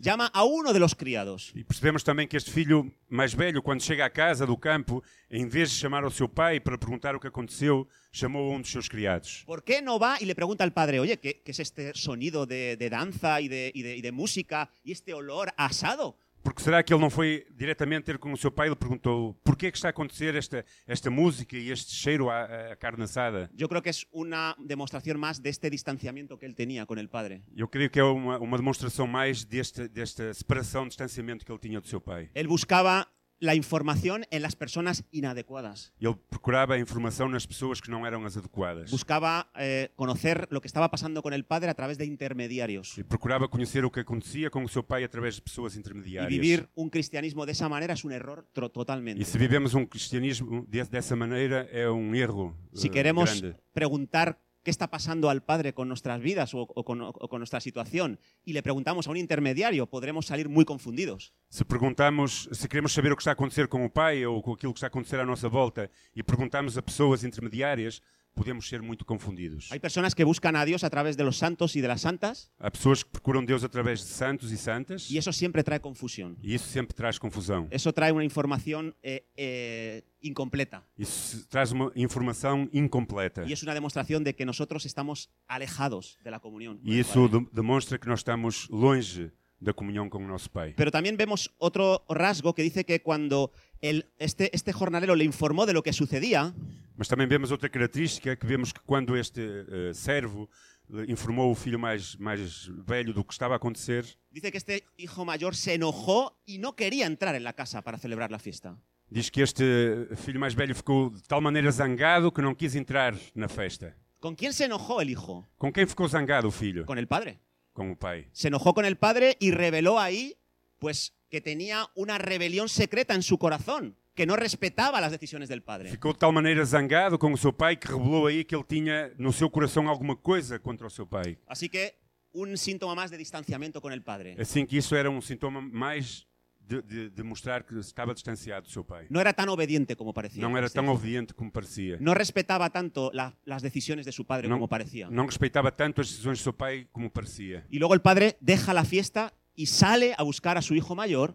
Speaker 1: llama a uno de los criados.
Speaker 2: E percebemos também que este filho mais velho, quando chega à casa do campo, em vez de chamar ao seu pai para perguntar o que aconteceu, chamou um dos seus criados.
Speaker 1: ¿Por qué no va y le pregunta al padre, oye, ¿qué, qué es este sonido de, de danza y de, y de- y de música y este olor a asado?
Speaker 2: Porque será que ele não foi diretamente ter com o seu pai e lhe perguntou porquê é que está a acontecer esta, esta música e este cheiro à, à carne assada?
Speaker 1: Yo creo que es una demostración más de este distanciamiento que él tenía con el padre.
Speaker 2: Eu creio que é uma, uma demonstração mais deste, desta separação, distanciamento que ele tinha do seu pai.
Speaker 1: Él buscaba la información en las personas inadecuadas.
Speaker 2: Ele procurava a informação nas pessoas que não eram as adequadas.
Speaker 1: Buscaba eh, conocer lo que estaba pasando con el padre a través de intermediarios.
Speaker 2: E procurava conhecer o que acontecia com o seu pai através de pessoas
Speaker 1: Y
Speaker 2: intermediárias.
Speaker 1: vivir un cristianismo de esa manera es un error tro-
Speaker 2: E
Speaker 1: totalmente.
Speaker 2: se vivemos um cristianismo de- dessa maneira, é um erro
Speaker 1: Si
Speaker 2: eh,
Speaker 1: queremos
Speaker 2: grande.
Speaker 1: preguntar qué está pasando al padre con nuestras vidas o, o con, o con nuestra situación y le preguntamos a un intermediario, podremos salir muy confundidos.
Speaker 2: Se perguntamos, se queremos saber o que está a acontecer com o pai ou com aquilo que está a acontecer à nossa volta e perguntamos a pessoas intermediárias, podemos ser muito confundidos.
Speaker 1: Hay personas que buscan a Dios a través de los santos y de las santas
Speaker 2: Há pessoas que procuram Deus através de santos e santas
Speaker 1: y eso siempre trae confusión.
Speaker 2: e isso sempre traz confusão.
Speaker 1: Eso trae una información eh, eh, incompleta.
Speaker 2: Isso se- traz uma informação incompleta.
Speaker 1: Y es una demostración de que nosotros estamos alejados de la comunión.
Speaker 2: E isso de- demonstra que nós estamos longe da comunhão com o nosso pai.
Speaker 1: Pero también vemos otro rasgo que dice que cuando el- este, este jornalero le informó de lo que sucedía,
Speaker 2: Mas também vemos outra característica que vemos que quando este eh, servo eh, informou o filho mais, mais velho do que estava a acontecer,
Speaker 1: dice que este hijo mayor se enojó y no queria entrar en la casa para celebrar la fiesta.
Speaker 2: diz que este filho mais velho ficou de tal maneira zangado que não quis entrar na festa.
Speaker 1: ¿Con quién se enojó el hijo?
Speaker 2: Com quem ficou zangado o filho?
Speaker 1: Con el padre.
Speaker 2: Com o pai.
Speaker 1: Se enojó con el padre y reveló ahí, pues, que tenía una rebelión secreta en su corazón, que no respetaba las decisiones del padre.
Speaker 2: Ficou de tal maneira zangado com o seu pai que revelou aí que ele tinha no seu coração alguma coisa contra o seu pai.
Speaker 1: Así que un síntoma más de distanciamiento con el padre.
Speaker 2: Assim que isso era um sintoma mais de, de- de mostrar que estava distanciado do seu pai.
Speaker 1: No era tan obediente como parecía.
Speaker 2: Não era
Speaker 1: Este.
Speaker 2: tão obediente como parecia.
Speaker 1: No respetaba tanto la- las decisiones de su padre
Speaker 2: No.
Speaker 1: como parecía.
Speaker 2: Não respeitava tanto as decisões do seu pai como parecia.
Speaker 1: Y luego el padre deja la fiesta y sale a buscar a su hijo mayor.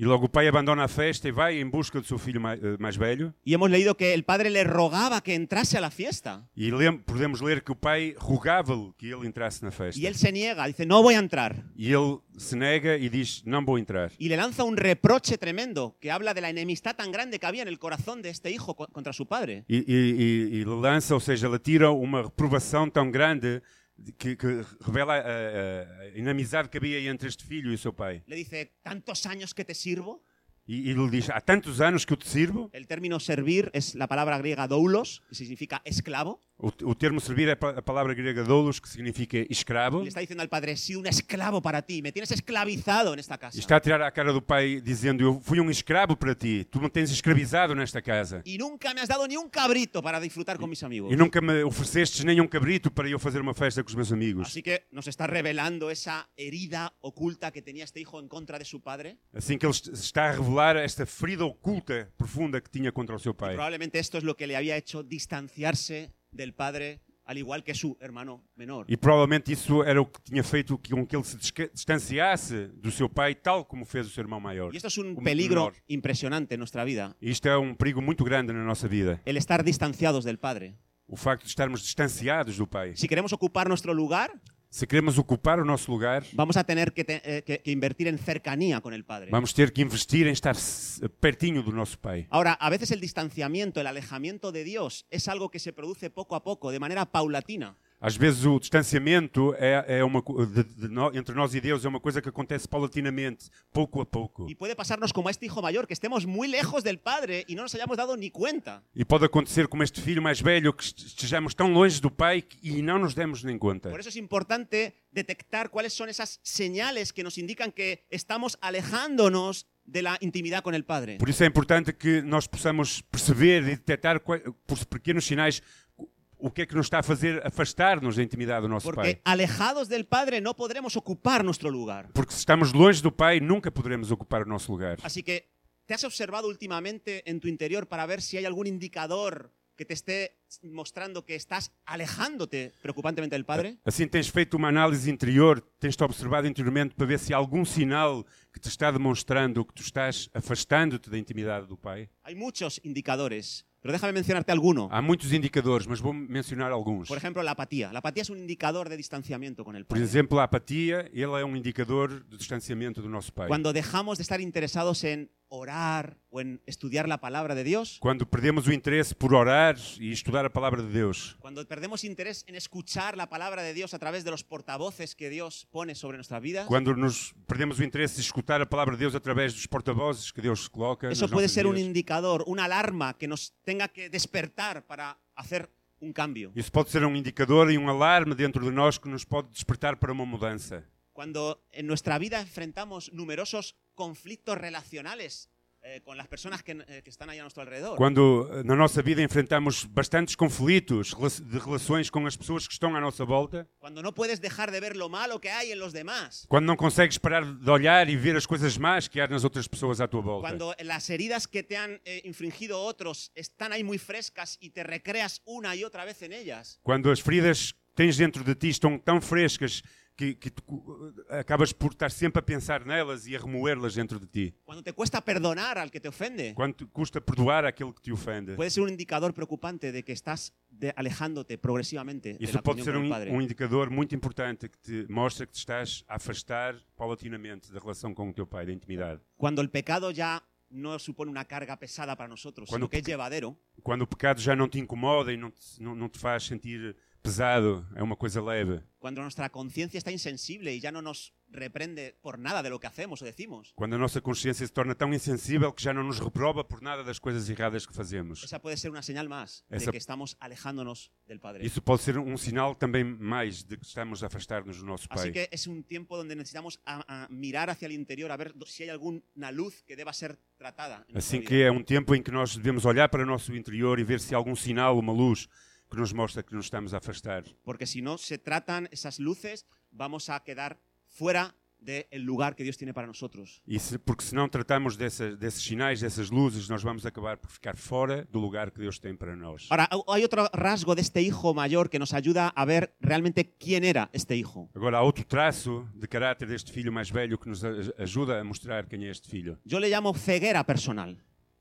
Speaker 2: E logo o pai abandona a festa e vai em busca do seu filho mai- eh, mais velho.
Speaker 1: Y hemos leído que el padre le rogaba que entrase a la fiesta.
Speaker 2: E lem- podemos ler que o pai rogava-lhe que ele entrasse na festa.
Speaker 1: Y él se niega, dice, no voy a entrar.
Speaker 2: E ele se nega e diz: Não vou entrar.
Speaker 1: Y le lanza un reproche tremendo que habla de la enemistad tan grande que había en el corazón de este hijo co- contra su padre.
Speaker 2: E, e, e- e lhe lança, ou seja, lhe tira uma reprovação tão grande de- que, que revela a, a- a inamizade que havia entre este filho e o seu pai.
Speaker 1: Le dice, tantos años que te sirvo.
Speaker 2: E, e lhe diz: Há tantos anos que eu te sirvo.
Speaker 1: El término servir es la palabra griega doulos, que significa esclavo.
Speaker 2: O, o termo servir é pa- a palavra grega doulos, que significa escravo.
Speaker 1: Y le está diciendo al padre, he sido un esclavo para ti, me tienes esclavizado en esta
Speaker 2: E
Speaker 1: casa.
Speaker 2: está a tirar à cara do pai, dizendo: Eu fui um escravo para ti, tu me tens escravizado nesta casa.
Speaker 1: Y nunca me has dado ni un cabrito para disfrutar con mis amigos.
Speaker 2: E nunca me oferecestes nenhum cabrito para eu fazer uma festa com os meus amigos.
Speaker 1: Así que nos está revelando esa herida oculta que tenía este hijo en contra de su padre.
Speaker 2: Assim que ele est- está a revelar esta ferida oculta, profunda que tinha contra o seu pai.
Speaker 1: Probablemente esto es lo que le había hecho distanciarse del padre, al igual que su hermano menor.
Speaker 2: E provavelmente isso era o que tinha feito que- com que ele se desca- distanciasse do seu pai, tal como fez o seu irmão maior.
Speaker 1: Y esto es un
Speaker 2: o
Speaker 1: peligro
Speaker 2: menor.
Speaker 1: impresionante en nuestra vida,
Speaker 2: E Isto é um perigo muito grande na nossa vida,
Speaker 1: el estar distanciados del padre.
Speaker 2: o facto de estarmos distanciados do pai.
Speaker 1: Si queremos ocupar nuestro lugar,
Speaker 2: Se queremos ocupar o nosso lugar,
Speaker 1: vamos a tener que, te- eh, que- que invertir en cercanía con el padre.
Speaker 2: vamos ter que investir em estar s- pertinho do nosso pai.
Speaker 1: Ahora, a veces el distanciamiento, el alejamiento de Dios es algo que se produce poco a poco, de manera paulatina.
Speaker 2: Às vezes o distanciamento é, é uma, co- de- de nó- entre nós e Deus é uma coisa que acontece paulatinamente, pouco a pouco.
Speaker 1: Y puede pasarnos como a este hijo mayor, que estemos muy lejos del padre y no nos hayamos dado ni cuenta.
Speaker 2: E pode acontecer como este filho mais velho, que est- estejamos tão longe do pai que- e não nos demos nem conta.
Speaker 1: Por eso es importante detectar cuáles son esas señales que nos indican que estamos alejándonos de la intimidad con el padre.
Speaker 2: Por isso é importante que nós possamos perceber e detectar qua- por pequenos sinais o- o que é que nos está a fazer afastar-nos da intimidade do nosso
Speaker 1: Porque
Speaker 2: pai.
Speaker 1: alejados del padre no podremos ocupar nuestro lugar.
Speaker 2: Porque se estamos longe do pai, nunca poderemos ocupar o nosso lugar.
Speaker 1: Así que, ¿te has observado últimamente en tu interior para ver si hay algún indicador que te esté mostrando que estás alejándote preocupantemente del padre?
Speaker 2: Assim tens feito uma análise interior, tens-te observado interiormente para ver se há algum sinal que te está demonstrando que tu estás afastando-te da intimidade do pai.
Speaker 1: Hay muchos indicadores, pero déjame mencionarte alguno.
Speaker 2: Há muitos indicadores, mas vou mencionar alguns.
Speaker 1: Por ejemplo, la apatía. La apatía es un indicador de distanciamiento con el
Speaker 2: Por
Speaker 1: padre.
Speaker 2: exemplo, a apatia, ele é um indicador de distanciamento do nosso pai.
Speaker 1: Cuando dejamos de estar interesados en orar o en estudiar la palabra de Dios,
Speaker 2: Quando perdemos o interesse por orar e estudar a palavra de Deus.
Speaker 1: cuando perdemos interés en escuchar la palabra de Dios a través de los portavoces que Dios pone sobre nuestra vida,
Speaker 2: Quando nos perdemos o interesse de escutar a palavra de Deus através dos porta-vozes que Deus coloca.
Speaker 1: eso
Speaker 2: nas
Speaker 1: puede
Speaker 2: nossas
Speaker 1: ser um un
Speaker 2: vidas.
Speaker 1: indicador, una alarma que nos tenga que despertar para hacer un cambio.
Speaker 2: Isso pode ser um indicador e um alarme dentro de nós que nos pode despertar para uma mudança.
Speaker 1: Cuando en nuestra vida enfrentamos numerosos conflictos relacionales eh, con las personas que, eh, que están ahí a nuestro alrededor.
Speaker 2: Quando eh, na nossa vida enfrentamos bastantes conflitos rela- de relações com as pessoas que estão à nossa volta,
Speaker 1: cuando no puedes dejar de ver lo malo que hay en los demás,
Speaker 2: quando não consegues parar de olhar e ver as coisas más que há nas outras pessoas à tua volta.
Speaker 1: cuando las heridas que te han eh, infringido otros están ahí muy frescas y te recreas una y otra vez en ellas,
Speaker 2: Quando as feridas que tens dentro de ti estão tão frescas que, que tu cu- eh, acabas por estar sempre a pensar nelas e a remoê-las dentro de ti.
Speaker 1: cuando te cuesta perdonar al que te ofende,
Speaker 2: Quando te custa perdoar aquele que te ofende.
Speaker 1: puede ser un indicador preocupante de que estás de- alejándote progresivamente de
Speaker 2: Isso
Speaker 1: la
Speaker 2: pode
Speaker 1: comunión
Speaker 2: ser
Speaker 1: con
Speaker 2: um,
Speaker 1: el
Speaker 2: in-
Speaker 1: Padre.
Speaker 2: um indicador muito importante que te mostra que te estás a afastar paulatinamente da relação com o teu pai, da intimidade.
Speaker 1: Cuando el pecado ya no supone una carga pesada para nosotros,
Speaker 2: Cuando
Speaker 1: sino que es
Speaker 2: peca-
Speaker 1: llevadero,
Speaker 2: Quando o pecado já não te incomoda e não te, não, não te faz sentir pesado, é uma coisa leve.
Speaker 1: cuando nuestra conciencia está insensible y ya no nos reprende por nada de lo que hacemos o decimos,
Speaker 2: Quando a nossa consciência se torna tão insensível que já não nos reprova por nada das coisas erradas que fazemos.
Speaker 1: esa puede ser una señal más de
Speaker 2: Esa-
Speaker 1: que estamos alejándonos del Padre.
Speaker 2: Isso pode ser um sinal também mais de que estamos a afastar-nos do nosso
Speaker 1: Así
Speaker 2: Pai.
Speaker 1: Assim que é es un tiempo donde necesitamos a- a mirar hacia el interior a ver do- si hay alguna luz que deba ser tratada. en nuestra
Speaker 2: Assim
Speaker 1: vida.
Speaker 2: que é um tempo em que nós devemos olhar para o nosso interior e ver se há algum sinal, uma luz, que nos mostra que nos estamos a afastar.
Speaker 1: Porque si no se tratan esas luces, vamos a quedar fuera del lugar que Dios tiene para nosotros.
Speaker 2: E se- porque se não tratamos dessas- desses sinais, dessas luzes, nós vamos acabar por ficar fora do lugar que Deus tem para nós.
Speaker 1: Ahora, ha- hay otro rasgo de este hijo mayor que nos ayuda a ver realmente quién era este hijo.
Speaker 2: Agora, há outro traço de caráter deste filho mais velho que nos a- ajuda a mostrar quem é este filho.
Speaker 1: Yo le llamo ceguera personal.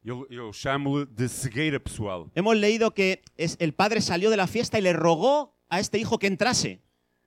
Speaker 2: Eu, eu chamo-lhe de cegueira pessoal.
Speaker 1: Hemos leído que es- el padre salió de la fiesta y le rogó a este hijo que entrase.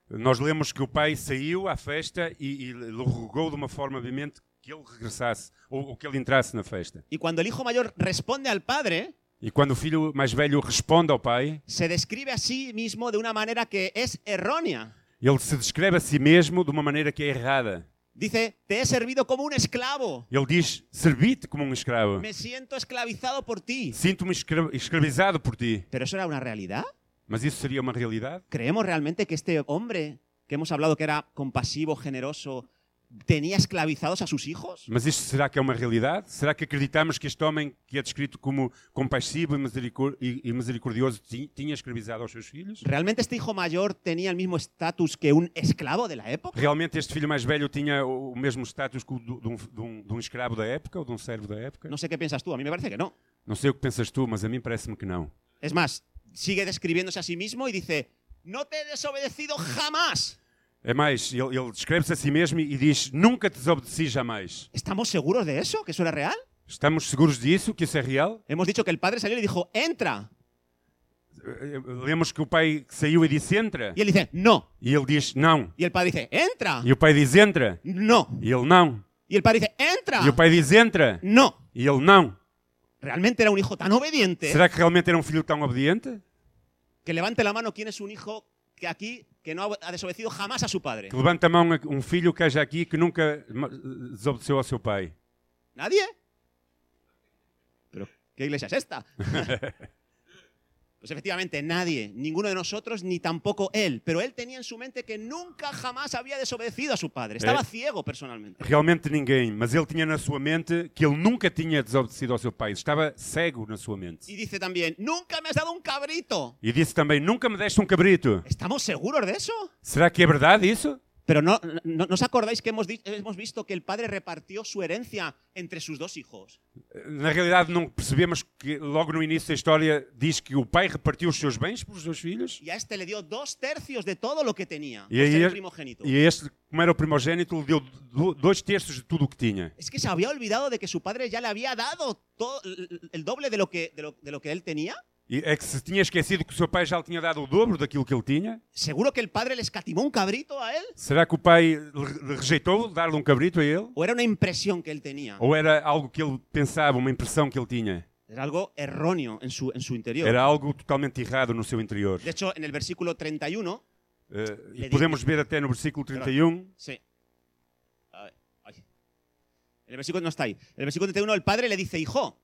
Speaker 2: Nós lemos que o pai saiu à festa e, e lhe rogou de uma forma, obviamente, que ele regressasse ou, ou que ele entrasse na festa.
Speaker 1: Y cuando el hijo mayor responde al padre,
Speaker 2: E quando o filho mais velho responde ao pai,
Speaker 1: se describe a sí mismo de una manera que es errónea.
Speaker 2: ele se descreve a si mesmo de uma maneira que é errada.
Speaker 1: Dice, te he servido como un esclavo.
Speaker 2: Ele diz: Servi-te como um escravo.
Speaker 1: Me siento esclavizado por ti.
Speaker 2: Sinto-me escra- escravizado por ti.
Speaker 1: ¿Pero eso era una realidad?
Speaker 2: Mas isso seria uma realidade?
Speaker 1: ¿Creemos realmente que este hombre que hemos hablado que era compasivo, generoso, tenía esclavizados a sus hijos?
Speaker 2: Mas isto será que é uma realidade? Será que acreditamos que este homem, que é descrito como compassivo e misericor- e e misericordioso, ti- tinha escravizado aos seus filhos?
Speaker 1: ¿Realmente este hijo mayor tenía el mismo estatus que un esclavo de la época?
Speaker 2: Realmente este filho mais velho tinha o o mesmo status que o do- de um, de um- de um escravo da época ou de um servo da época?
Speaker 1: No sé qué piensas tú, a mí me parece que no.
Speaker 2: Não sei o que pensas tu, mas a mim parece-me que não.
Speaker 1: Es más, sigue describiéndose a sí mismo y dice, no te he desobedecido jamás.
Speaker 2: É mais, ele, ele descreve-se a si mesmo e diz: Nunca desobedeci jamais.
Speaker 1: ¿Estamos seguros de eso? ¿Que eso era real?
Speaker 2: Estamos seguros disso? Que isso é real?
Speaker 1: Hemos dicho que el padre salió y le dijo, entra.
Speaker 2: Eh, eh, Lemos que o pai saiu e disse: Entra.
Speaker 1: Y él dice, no.
Speaker 2: E ele diz: Não.
Speaker 1: Y el padre dice, entra.
Speaker 2: E o pai diz: Entra.
Speaker 1: No.
Speaker 2: E ele não.
Speaker 1: Y el padre dice, entra.
Speaker 2: E o pai diz: Entra.
Speaker 1: No.
Speaker 2: E ele não.
Speaker 1: Realmente era un hijo tan obediente.
Speaker 2: Será que realmente era um filho tão obediente?
Speaker 1: Que levante la mano quien es un hijo que aquí que no ha ha desobedecido jamás a su padre.
Speaker 2: Que levanta a mão um filho que haja aqui que nunca ma- desobedeceu ao seu pai.
Speaker 1: ¿Nadie? ¿Pero qué iglesia es esta? pues efectivamente, nadie, ninguno de nosotros, ni tampoco él. Pero él tenía en su mente que nunca jamás había desobedecido a su padre. Estaba
Speaker 2: Eh.
Speaker 1: ciego personalmente.
Speaker 2: Realmente ninguém, mas ele tinha na sua mente que ele nunca tinha desobedecido ao seu pai. Estava cego na sua mente.
Speaker 1: Y dice también, nunca me has dado un cabrito.
Speaker 2: E disse também: Nunca me deste um cabrito.
Speaker 1: ¿Estamos seguros de eso?
Speaker 2: Será que é verdade isso?
Speaker 1: Pero no, no- ¿no os acordáis que hemos, di- hemos visto que el padre repartió su herencia entre sus dos hijos.
Speaker 2: Na realidade, não percebemos que logo no início da história diz que o pai repartiu os seus bens para os seus filhos.
Speaker 1: Y a este le dio dos tercios de todo lo que tenía.
Speaker 2: E
Speaker 1: por
Speaker 2: a,
Speaker 1: ser
Speaker 2: e-
Speaker 1: primogénito.
Speaker 2: e a este, como era o primogênito, lhe deu do- dois terços de tudo o que tinha.
Speaker 1: Es que se había olvidado de que su padre ya le había dado todo, el doble de lo, que, de, lo, de lo que él tenía.
Speaker 2: E é que se tinha esquecido que o seu pai já lhe tinha dado o dobro daquilo que ele tinha?
Speaker 1: ¿Seguro que el padre le escatimó un cabrito a él?
Speaker 2: Será que o pai lhe- lhe rejeitou dar-lhe um cabrito a ele?
Speaker 1: ¿O era una impresión que él tenía?
Speaker 2: Ou era algo que ele pensava, uma impressão que ele tinha?
Speaker 1: Era algo erróneo en su, en su interior.
Speaker 2: Era algo totalmente errado no seu interior.
Speaker 1: De hecho, en el versículo 31,
Speaker 2: Eh,
Speaker 1: Ele-
Speaker 2: e podemos ver até no versículo 31.
Speaker 1: sí. A ver, ay. El versículo no está ahí. El versículo 31, el padre le dice, hijo,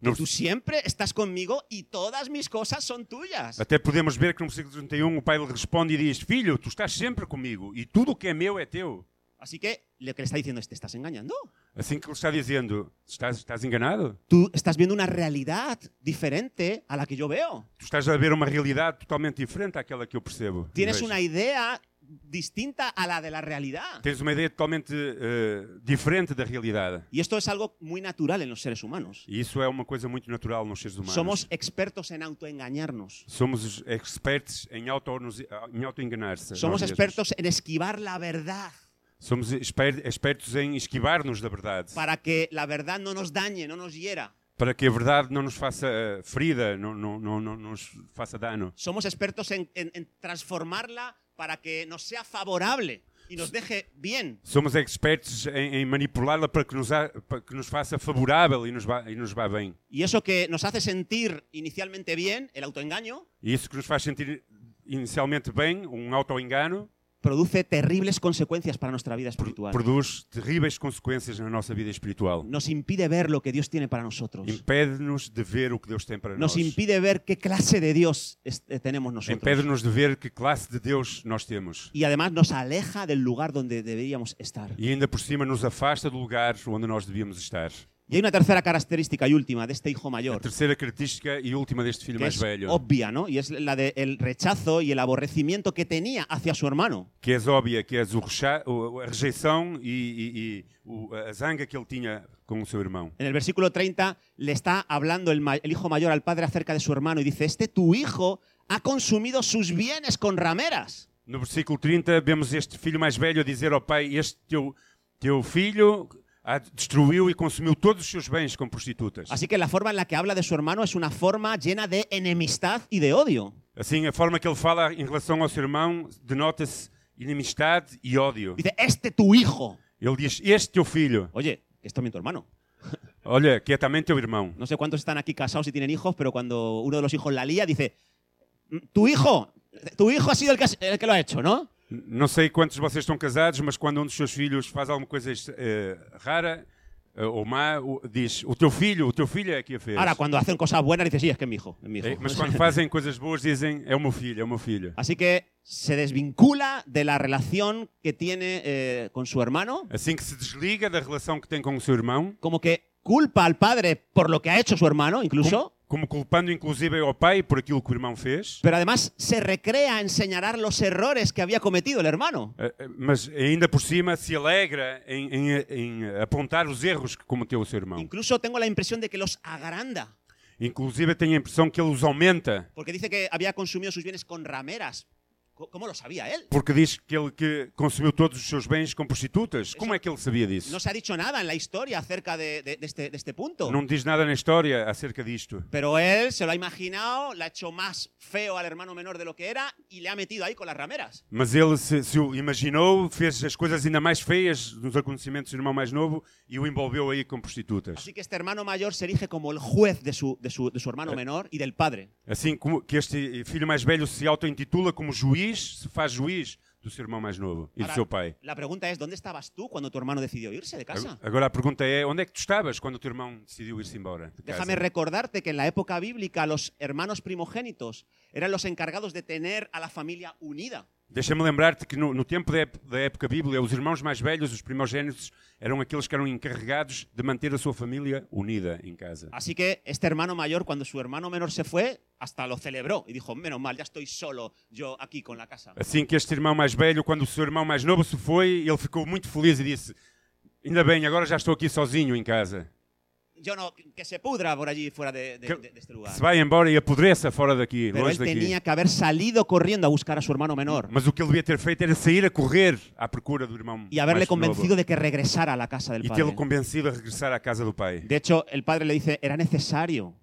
Speaker 2: No,
Speaker 1: tú siempre estás conmigo y todas mis cosas son tuyas.
Speaker 2: até podemos ver que no versículo 31 o pai lhe responde e diz: Filho, tu estás sempre comigo e tudo o que é meu é teu.
Speaker 1: Así que lo que le está diciendo es, ¿te estás engañando?
Speaker 2: Assim que ele está dizendo: Estás, estás enganado?
Speaker 1: Tú estás viendo una realidad diferente a la que yo veo.
Speaker 2: Tu estás a ver uma realidade totalmente diferente àquela que eu percebo. e
Speaker 1: Tienes
Speaker 2: vejo."
Speaker 1: una idea distinta a la de la realidad.
Speaker 2: Tens uma ideia totalmente eh, diferente da realidade.
Speaker 1: Y esto es algo muy natural en los seres humanos.
Speaker 2: E isso é uma coisa muito natural nos seres humanos.
Speaker 1: Somos expertos en autoengañarnos.
Speaker 2: Somos os expertos em auto-nos- em auto-enganar-se. a
Speaker 1: Somos
Speaker 2: nós mesmos.
Speaker 1: expertos en esquivar la verdad
Speaker 2: Somos exper- expertos em esquivar-nos da verdade.
Speaker 1: para que la verdad no nos dañe, no nos hiera.
Speaker 2: Para que a verdade não nos faça eh, ferida, não, não, não, não nos faça dano.
Speaker 1: Somos expertos en, en- en transformarla para que nos sea favorable y nos deje bien.
Speaker 2: Somos expertos em, em manipulá-la para que, nos ha- para que nos faça favorável e nos, vá, e nos vá bem.
Speaker 1: Y eso que nos hace sentir inicialmente bien, el autoengaño,
Speaker 2: E isso que nos faz sentir inicialmente bem, um auto-engano,
Speaker 1: produce terribles consecuencias para nuestra vida espiritual.
Speaker 2: produz terríveis consequências na nossa vida espiritual.
Speaker 1: Nos impide ver lo que Dios tiene para nosotros.
Speaker 2: Impede-nos de ver o que Deus tem para
Speaker 1: Nos
Speaker 2: nós.
Speaker 1: impide ver qué clase de Dios es- eh, tenemos nosotros.
Speaker 2: Impede-nos de ver que classe de Deus nós temos.
Speaker 1: Y además nos aleja del lugar donde deberíamos estar.
Speaker 2: E ainda por cima nos afasta do lugar onde nós devíamos estar.
Speaker 1: Y hay una tercera característica y última de este hijo
Speaker 2: A
Speaker 1: mayor,
Speaker 2: terceira característica e última deste filho
Speaker 1: que
Speaker 2: mais
Speaker 1: es
Speaker 2: velho,
Speaker 1: obvia, ¿no? Y es la del rechazo y el aborrecimiento que tenía hacia su hermano.
Speaker 2: que é óbvia, que é o recha- o- a rejeição e, e- e o- a zanga que ele tinha com o seu irmão.
Speaker 1: En el versículo 30 le está hablando el, ma- el hijo mayor al padre acerca de su hermano y dice, este tu hijo ha consumido sus bienes con rameras.
Speaker 2: No versículo 30, vemos este filho mais velho a dizer ao pai: Este teu, teu filho ah, destruiu e consumiu todos os seus bens com prostitutas.
Speaker 1: Así que la forma en la que habla de su hermano es una forma llena de enemistad y de odio.
Speaker 2: Assim, a forma que ele fala em relação ao seu irmão denota-se inimistade e ódio.
Speaker 1: Dice, este tu hijo.
Speaker 2: Ele diz: Este teu filho,
Speaker 1: Oye, que es también tu hermano.
Speaker 2: olha, que é também teu irmão.
Speaker 1: No sé cuántos están aquí casados y tienen hijos, pero cuando uno de los hijos la lía, dice, "Mm, tu hijo, tu hijo ha sido el que, has- el que lo ha hecho, ¿no?
Speaker 2: N- Não sei quantos de vocês estão casados, mas quando um dos seus filhos faz alguma coisa eh, rara eh, ou má, o- diz: O teu filho, o teu filho é que a fez.
Speaker 1: Ahora, cuando hacen cosas buenas, dice, sí, es que es mi hijo. es mi hijo".
Speaker 2: Eh, Mas quando fazem coisas boas, dizem: É o meu filho, é o meu filho.
Speaker 1: Así que se desvincula de la relación que tiene eh, con su hermano,
Speaker 2: Assim que se desliga da relação que tem com o seu irmão,
Speaker 1: como que culpa al padre por lo que ha hecho su hermano, incluso,
Speaker 2: como culpando inclusive ao pai por aquilo que o irmão fez,
Speaker 1: pero además se recrea en señalar los errores que había cometido el hermano.
Speaker 2: eh, eh, mas ainda por cima se alegra em, em- em apontar os erros que cometeu o seu irmão.
Speaker 1: Incluso tengo la impresión de que los agranda,
Speaker 2: Inclusive tem a impressão que ele os aumenta,
Speaker 1: porque dice que había consumido sus bienes con rameras. Co- ¿Cómo lo sabía él?
Speaker 2: porque diz que ele que consumiu todos os seus bens com prostitutas. Como é que ele sabia disso?
Speaker 1: No se ha dicho nada en la historia acerca de, de- de este, de este punto.
Speaker 2: Não diz nada na história acerca disto.
Speaker 1: Pero él se lo ha imaginado, le ha hecho más feo al hermano menor de lo que era y le ha metido ahí con las rameras.
Speaker 2: Mas ele se, se o imaginou, fez as coisas ainda mais feias nos acontecimentos do irmão mais novo e o envolveu aí com prostitutas.
Speaker 1: Así que este hermano mayor se erige como el juez de su, de su, de su
Speaker 2: Eh.
Speaker 1: hermano menor y del padre.
Speaker 2: Assim como que este filho mais velho se auto-intitula como juiz, se faz juiz do seu irmão mais novo e do
Speaker 1: Ahora,
Speaker 2: seu pai.
Speaker 1: La pregunta es, ¿dónde estabas tú cuando tu hermano decidió irse de casa?
Speaker 2: Agora a pergunta é, onde é que tu estavas quando o teu irmão decidiu ir-se embora? de casa?
Speaker 1: Déjame recordarte que en la época bíblica los hermanos primogénitos eran los encargados de tener a la familia unida.
Speaker 2: Deixa-me lembrar-te que no, no tempo da, ép- da época bíblica, os irmãos mais velhos, os primogênitos, eram aqueles que eram encarregados de manter a sua família unida em casa.
Speaker 1: Así que este hermano mayor, cuando su hermano menor se fue, hasta lo celebró y dijo, menos mal, ya estoy solo yo aquí con la casa.
Speaker 2: Assim que este irmão mais velho, quando o seu irmão mais novo se foi, ele ficou muito feliz e disse: Ainda bem, agora já estou aqui sozinho em casa.
Speaker 1: Yo no, que se pudra por allí fuera de, de-
Speaker 2: Que-
Speaker 1: de- de este
Speaker 2: Que
Speaker 1: lugar.
Speaker 2: se vai embora e apodreça fora daqui,
Speaker 1: Pero
Speaker 2: longe
Speaker 1: él
Speaker 2: daqui.
Speaker 1: tenía que haber salido corriendo a buscar a su hermano menor.
Speaker 2: Mas o que ele devia ter feito era sair a correr à procura do irmão
Speaker 1: y haberle
Speaker 2: mais
Speaker 1: convencido
Speaker 2: novo
Speaker 1: de que regresara a la casa del
Speaker 2: e tê-lo
Speaker 1: padre.
Speaker 2: convencido a regressar à casa do pai.
Speaker 1: De hecho, el padre le dice, era necesario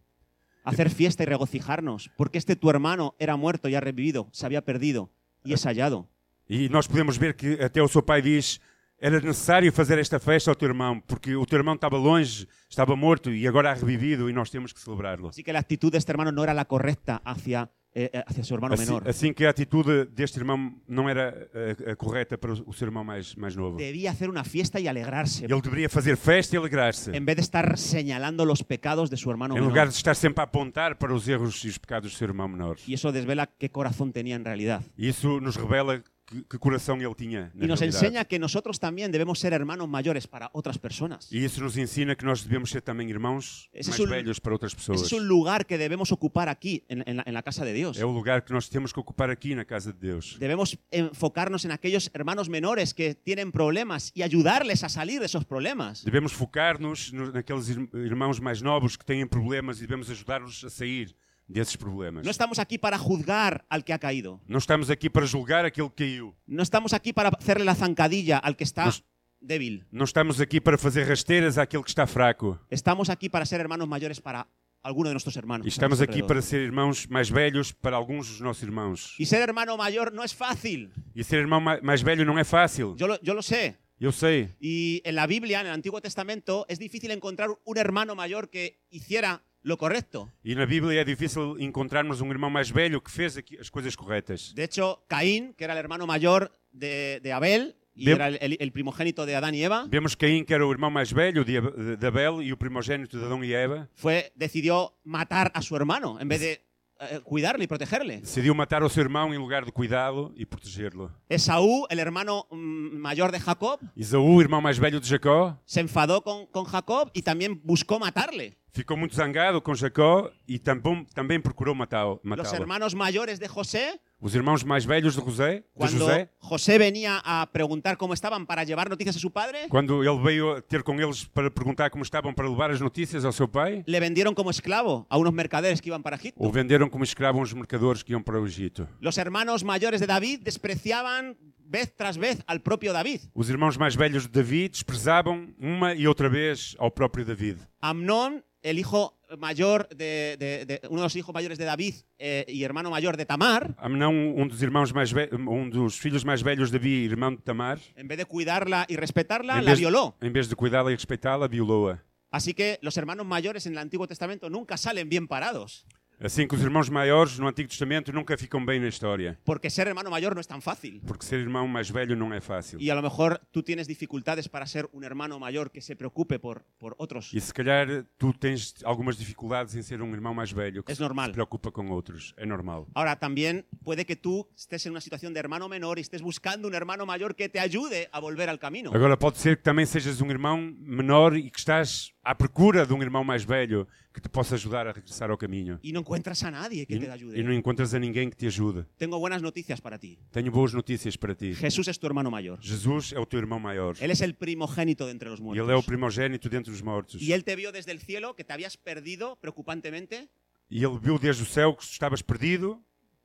Speaker 1: hacer fiesta y regocijarnos, porque este tu hermano era muerto y ha revivido, se había perdido y es hallado.
Speaker 2: E nós podemos ver que até o seu pai diz: Era necessário fazer esta festa ao teu irmão, porque o teu irmão estava longe, estava morto e agora há revivido e nós temos que celebrá-lo.
Speaker 1: Así que la actitud de este hermano no era la correcta hacia, eh, eh, hacia su hermano
Speaker 2: Assim,
Speaker 1: menor.
Speaker 2: assim que a atitude deste irmão não era eh, a correta para o o seu irmão mais, mais novo.
Speaker 1: Debía hacer una fiesta y alegrarse,
Speaker 2: Ele deveria fazer festa e alegrar-se.
Speaker 1: en vez de estar señalando los pecados de su hermano
Speaker 2: Em lugar
Speaker 1: É menor.
Speaker 2: de estar sempre a apontar para os erros e os pecados do seu irmão menor.
Speaker 1: Y eso desvela qué corazón tenía en realidad.
Speaker 2: E Isso nos revela que, que coração ele tinha. Na
Speaker 1: Y nos
Speaker 2: realidade.
Speaker 1: enseña que nosotros también debemos ser hermanos mayores para otras personas.
Speaker 2: E isso nos ensina que nós devemos ser também irmãos
Speaker 1: Esse
Speaker 2: mais
Speaker 1: é o-
Speaker 2: velhos para outras
Speaker 1: Ese
Speaker 2: pessoas.
Speaker 1: es un lugar que debemos ocupar aquí, en- en la- en la casa de Dios.
Speaker 2: É o lugar que nós temos que ocupar aqui na casa de Deus.
Speaker 1: Debemos enfocarnos en aquellos hermanos menores que tienen problemas y ayudarles a salir de esos problemas.
Speaker 2: Devemos focar-nos no- naqueles ir- irmãos mais novos que têm problemas e devemos ajudar-los a sair desses problemas.
Speaker 1: No estamos aquí para juzgar al que ha caído.
Speaker 2: Não estamos aqui para julgar aquele que caiu.
Speaker 1: No estamos aquí para hacerle la zancadilla al que está
Speaker 2: Nos-
Speaker 1: débil.
Speaker 2: Não estamos aqui para fazer rasteiras àquele que está fraco.
Speaker 1: Estamos aquí para ser hermanos mayores para alguno de nuestros hermanos.
Speaker 2: E estamos
Speaker 1: a nuestro
Speaker 2: aqui
Speaker 1: alrededor.
Speaker 2: para ser irmãos mais velhos para alguns dos nossos irmãos.
Speaker 1: Y ser hermano mayor no es fácil.
Speaker 2: E ser irmão ma- mais velho não é fácil.
Speaker 1: Yo lo, yo lo sé.
Speaker 2: Eu sei.
Speaker 1: Y en la Biblia, en el Antiguo Testamento, es difícil encontrar un hermano mayor que hiciera lo correcto.
Speaker 2: E na Bíblia é difícil encontrarmos um irmão mais velho que fez aqui as coisas corretas.
Speaker 1: De hecho, Caín, que era el hermano mayor de, de Abel, y
Speaker 2: De-
Speaker 1: era el- el- el primogénito de Adán y Eva,
Speaker 2: Vemos Caim, que era o irmão mais velho de Ab- de de Abel e o primogênito de Adão e Eva.
Speaker 1: fue, decidió matar a su hermano en vez de eh, cuidarle y protegerle.
Speaker 2: Decidiu matar o seu irmão em lugar de cuidá-lo e protegê-lo.
Speaker 1: Esaú, el hermano mm, mayor de Jacob,
Speaker 2: Isaú, irmão mais velho de Jacó,
Speaker 1: se enfadó con, con Jacob y también buscó matarle.
Speaker 2: ficou muito zangado com Jacó e também, também procurou matá-lo.
Speaker 1: Los
Speaker 2: matá-lo.
Speaker 1: hermanos mayores de José,
Speaker 2: Os irmãos mais velhos de José, de
Speaker 1: cuando
Speaker 2: José,
Speaker 1: José venía a preguntar cómo estaban para llevar noticias a su padre,
Speaker 2: quando ele veio ter com eles para perguntar como estavam para levar as notícias ao seu pai,
Speaker 1: le vendieron como esclavo a unos mercaderes que iban para Egipto.
Speaker 2: o venderam como escravo a uns mercadores que iam para o Egito.
Speaker 1: Los hermanos mayores de David despreciaban vez tras vez al propio David.
Speaker 2: Os irmãos mais velhos de Davi desprezavam uma e outra vez ao próprio David.
Speaker 1: Amnón, el hijo mayor de, de- de- uno de los hijos mayores de David eh, y hermano mayor de Tamar,
Speaker 2: Amnão, um dos irmãos mais ve- um dos filhos mais velhos de Davi, irmão de Tamar,
Speaker 1: en vez de cuidarla y respetarla,
Speaker 2: em
Speaker 1: la
Speaker 2: vez,
Speaker 1: violó.
Speaker 2: em vez de cuidá-la e respeitá-la, violou-a.
Speaker 1: Así que los hermanos mayores en el Antiguo Testamento nunca salen bien parados,
Speaker 2: Assim que os irmãos maiores no Antigo Testamento nunca ficam bem na história,
Speaker 1: porque ser hermano mayor no es tan fácil.
Speaker 2: porque ser irmão mais velho não é fácil.
Speaker 1: Y a lo mejor tú tienes dificultades para ser un hermano mayor que se preocupe por, por otros.
Speaker 2: E se calhar tu tens algumas dificuldades em ser um irmão mais velho que
Speaker 1: É
Speaker 2: se
Speaker 1: normal.
Speaker 2: preocupa com outros. É normal.
Speaker 1: Ahora, también puede que tú estés en una situación de hermano menor y estés buscando un hermano mayor que te ayude a volver al camino.
Speaker 2: Agora pode ser que também sejas um irmão menor e que estás à procura de um irmão mais velho que te possa ajudar a regressar ao caminho.
Speaker 1: Y no encuentras a nadie que
Speaker 2: E,
Speaker 1: te
Speaker 2: e não
Speaker 1: ayude.
Speaker 2: encontras a ninguém que te ajude.
Speaker 1: Tengo buenas noticias para ti.
Speaker 2: Tenho boas notícias para ti.
Speaker 1: Jesús es tu hermano mayor.
Speaker 2: Jesus é o teu irmão maior.
Speaker 1: Él es el primogénito de entre los
Speaker 2: E ele é o
Speaker 1: muertos.
Speaker 2: primogênito dentre os mortos.
Speaker 1: Y Él te vio desde el cielo, que te habías perdido preocupantemente,
Speaker 2: E ele viu desde o céu que estavas perdido,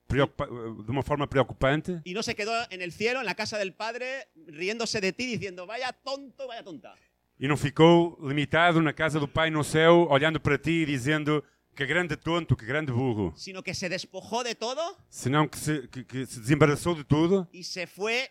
Speaker 2: preocupa- de uma forma preocupante,
Speaker 1: y no se quedó en el cielo, en la casa del Padre, riéndose de ti, diciendo, vaya tonto, vaya tonta.
Speaker 2: e não ficou limitado na casa do Pai no céu, olhando para ti e dizendo que grande tonto, que grande burro.
Speaker 1: Sino que se despojó de todo
Speaker 2: Senão que se, que, que se desembaraçou de tudo
Speaker 1: y se fue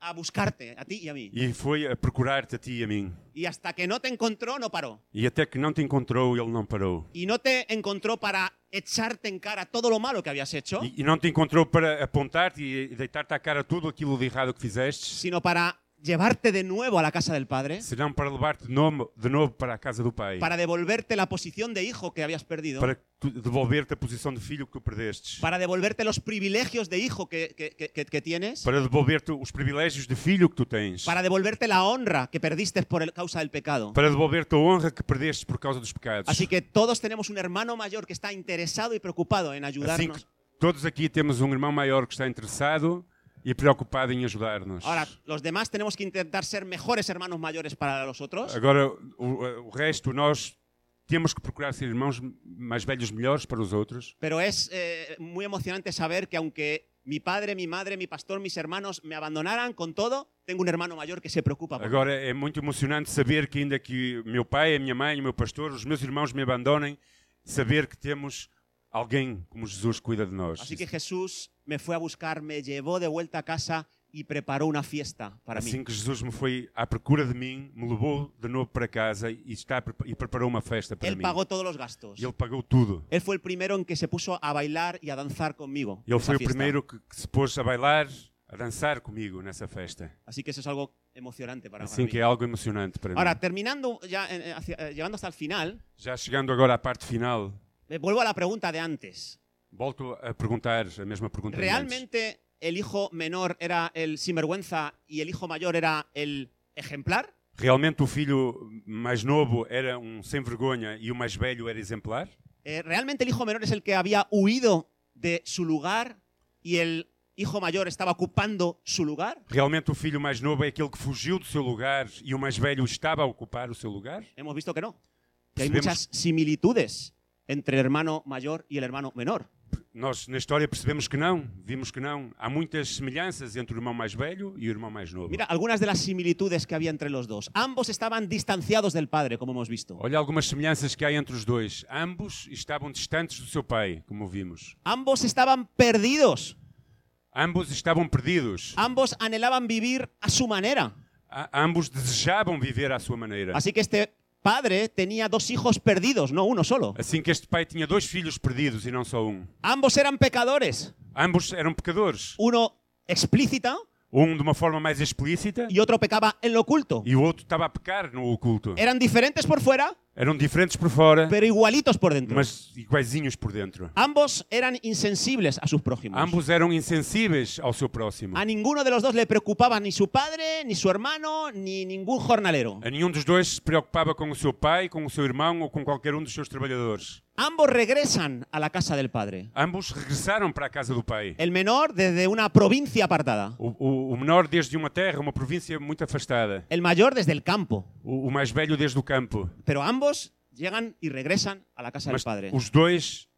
Speaker 1: a buscarte, a ti y a mí.
Speaker 2: e foi a procurar-te a ti e a mim.
Speaker 1: Y hasta que no te encontró, no paró.
Speaker 2: E até que não te encontrou, ele não parou.
Speaker 1: Y no te encontró para echarte en cara todo lo malo que habías hecho,
Speaker 2: E, e não te encontrou para apontar-te e deitar-te à cara tudo aquilo de errado que fizeste,
Speaker 1: sino para llevarte de nuevo a la casa del Padre,
Speaker 2: senão para levar-te de novo, de novo para a casa do Pai.
Speaker 1: para devolverte la posición de hijo que habías perdido.
Speaker 2: para tu- devolver-te a posição de filho que tu perdestes,
Speaker 1: para devolverte los privilegios de hijo que, que- que- que- que tienes,
Speaker 2: para devolver-te os privilégios de filho que tu tens,
Speaker 1: para devolverte la honra que perdiste por el- causa del pecado.
Speaker 2: para devolver-te a honra que perdestes por causa dos pecados.
Speaker 1: Así Assim que todos tenemos un hermano mayor que está interesado y preocupado en
Speaker 2: Assim que
Speaker 1: ayudarnos.
Speaker 2: todos aqui temos um irmão maior que está interessado e preocupado em ajudar-nos.
Speaker 1: Ahora, los demás tenemos que intentar ser mejores hermanos mayores para los otros
Speaker 2: Agora, o, o resto, nós temos que procurar ser irmãos mais velhos melhores para os outros.
Speaker 1: pero es eh, muy emocionante saber que aunque mi padre, mi madre, mi pastor, mis hermanos me abandonaran con todo, tengo un hermano mayor que se preocupa por mí.
Speaker 2: Agora, é muito emocionante saber que ainda que meu pai, a minha mãe, o meu pastor, os meus irmãos me abandonem, saber que temos alguém como Jesus que cuida de nós.
Speaker 1: Así Assim que Jesús me fue a buscar, me llevó de vuelta a casa y preparó una fiesta para mí.
Speaker 2: Assim que Jesus me foi à procura de mim, me levou de novo para casa e, está, e preparou uma festa para
Speaker 1: Él
Speaker 2: mim.
Speaker 1: pagó todos los gastos.
Speaker 2: E Ele pagou tudo.
Speaker 1: Él fue el primero en que se puso a bailar y a danzar conmigo. en
Speaker 2: Ele
Speaker 1: esa
Speaker 2: foi o
Speaker 1: fiesta.
Speaker 2: primeiro que, que se pôs a bailar, a dançar comigo nessa festa.
Speaker 1: Así que eso es algo emocionante para, para
Speaker 2: Assim
Speaker 1: mí.
Speaker 2: que eh, é algo emocionante para
Speaker 1: Ahora,
Speaker 2: mim.
Speaker 1: terminando, ya eh, eh, hacia- eh, llegando hasta el final,
Speaker 2: Já chegando agora à parte final,
Speaker 1: me vuelvo a la pregunta de antes.
Speaker 2: volto a perguntar a mesma pergunta. de antes.
Speaker 1: ¿Realmente el hijo menor era el sinvergüenza y el hijo mayor era el ejemplar?
Speaker 2: Realmente o filho mais novo era um sem vergonha e o mais velho era exemplar?
Speaker 1: Eh, ¿Realmente el hijo menor es el que había huido de su lugar y el hijo mayor estaba ocupando su lugar?
Speaker 2: Realmente o filho mais novo é aquele que fugiu do seu lugar e o mais velho estava a ocupar o seu lugar?
Speaker 1: Hemos visto que no. Que hay
Speaker 2: Percebemos-
Speaker 1: muchas similitudes entre el hermano mayor y el hermano menor.
Speaker 2: Nós, na história, percebemos que não, vimos que não. Há muitas semelhanças entre o irmão mais velho e o irmão mais novo.
Speaker 1: Mira algunas de las similitudes que había entre los dos. Ambos estaban distanciados del padre, como hemos visto.
Speaker 2: Olha algumas semelhanças que há entre os dois. Ambos estavam distantes do seu pai, como vimos.
Speaker 1: Ambos estaban perdidos.
Speaker 2: Ambos estavam perdidos.
Speaker 1: Ambos anhelaban vivir a su manera.
Speaker 2: A- ambos desejavam viver à sua maneira.
Speaker 1: Así que este padre tenía dos hijos perdidos, no uno solo.
Speaker 2: Assim que este pai tinha dois filhos perdidos e não só um.
Speaker 1: Ambos eran pecadores.
Speaker 2: Ambos eram pecadores.
Speaker 1: Uno explícita
Speaker 2: Um de uma forma mais explícita
Speaker 1: y otro pecaba en lo oculto.
Speaker 2: e o outro estava a pecar no oculto.
Speaker 1: Eran diferentes por fuera,
Speaker 2: Eram diferentes por fora,
Speaker 1: pero igualitos por dentro.
Speaker 2: mas iguaizinhos por dentro.
Speaker 1: Ambos eran insensibles a sus prójimos.
Speaker 2: Ambos eram insensíveis ao seu próximo.
Speaker 1: A ninguno de los dos le preocupaba ni su padre, ni su hermano, ni ningún jornalero.
Speaker 2: A nenhum dos dois se preocupava com o seu pai, com o seu irmão ou com qualquer um dos seus trabalhadores.
Speaker 1: Ambos regresan a la casa del padre.
Speaker 2: Ambos regressaram para a casa do pai.
Speaker 1: El menor desde una provincia apartada.
Speaker 2: O, o- o menor desde uma terra, uma província muito afastada.
Speaker 1: El mayor desde el campo.
Speaker 2: O, o mais velho desde o campo.
Speaker 1: Pero ambos llegan y regresan a la casa del
Speaker 2: Mas
Speaker 1: padre.
Speaker 2: os dois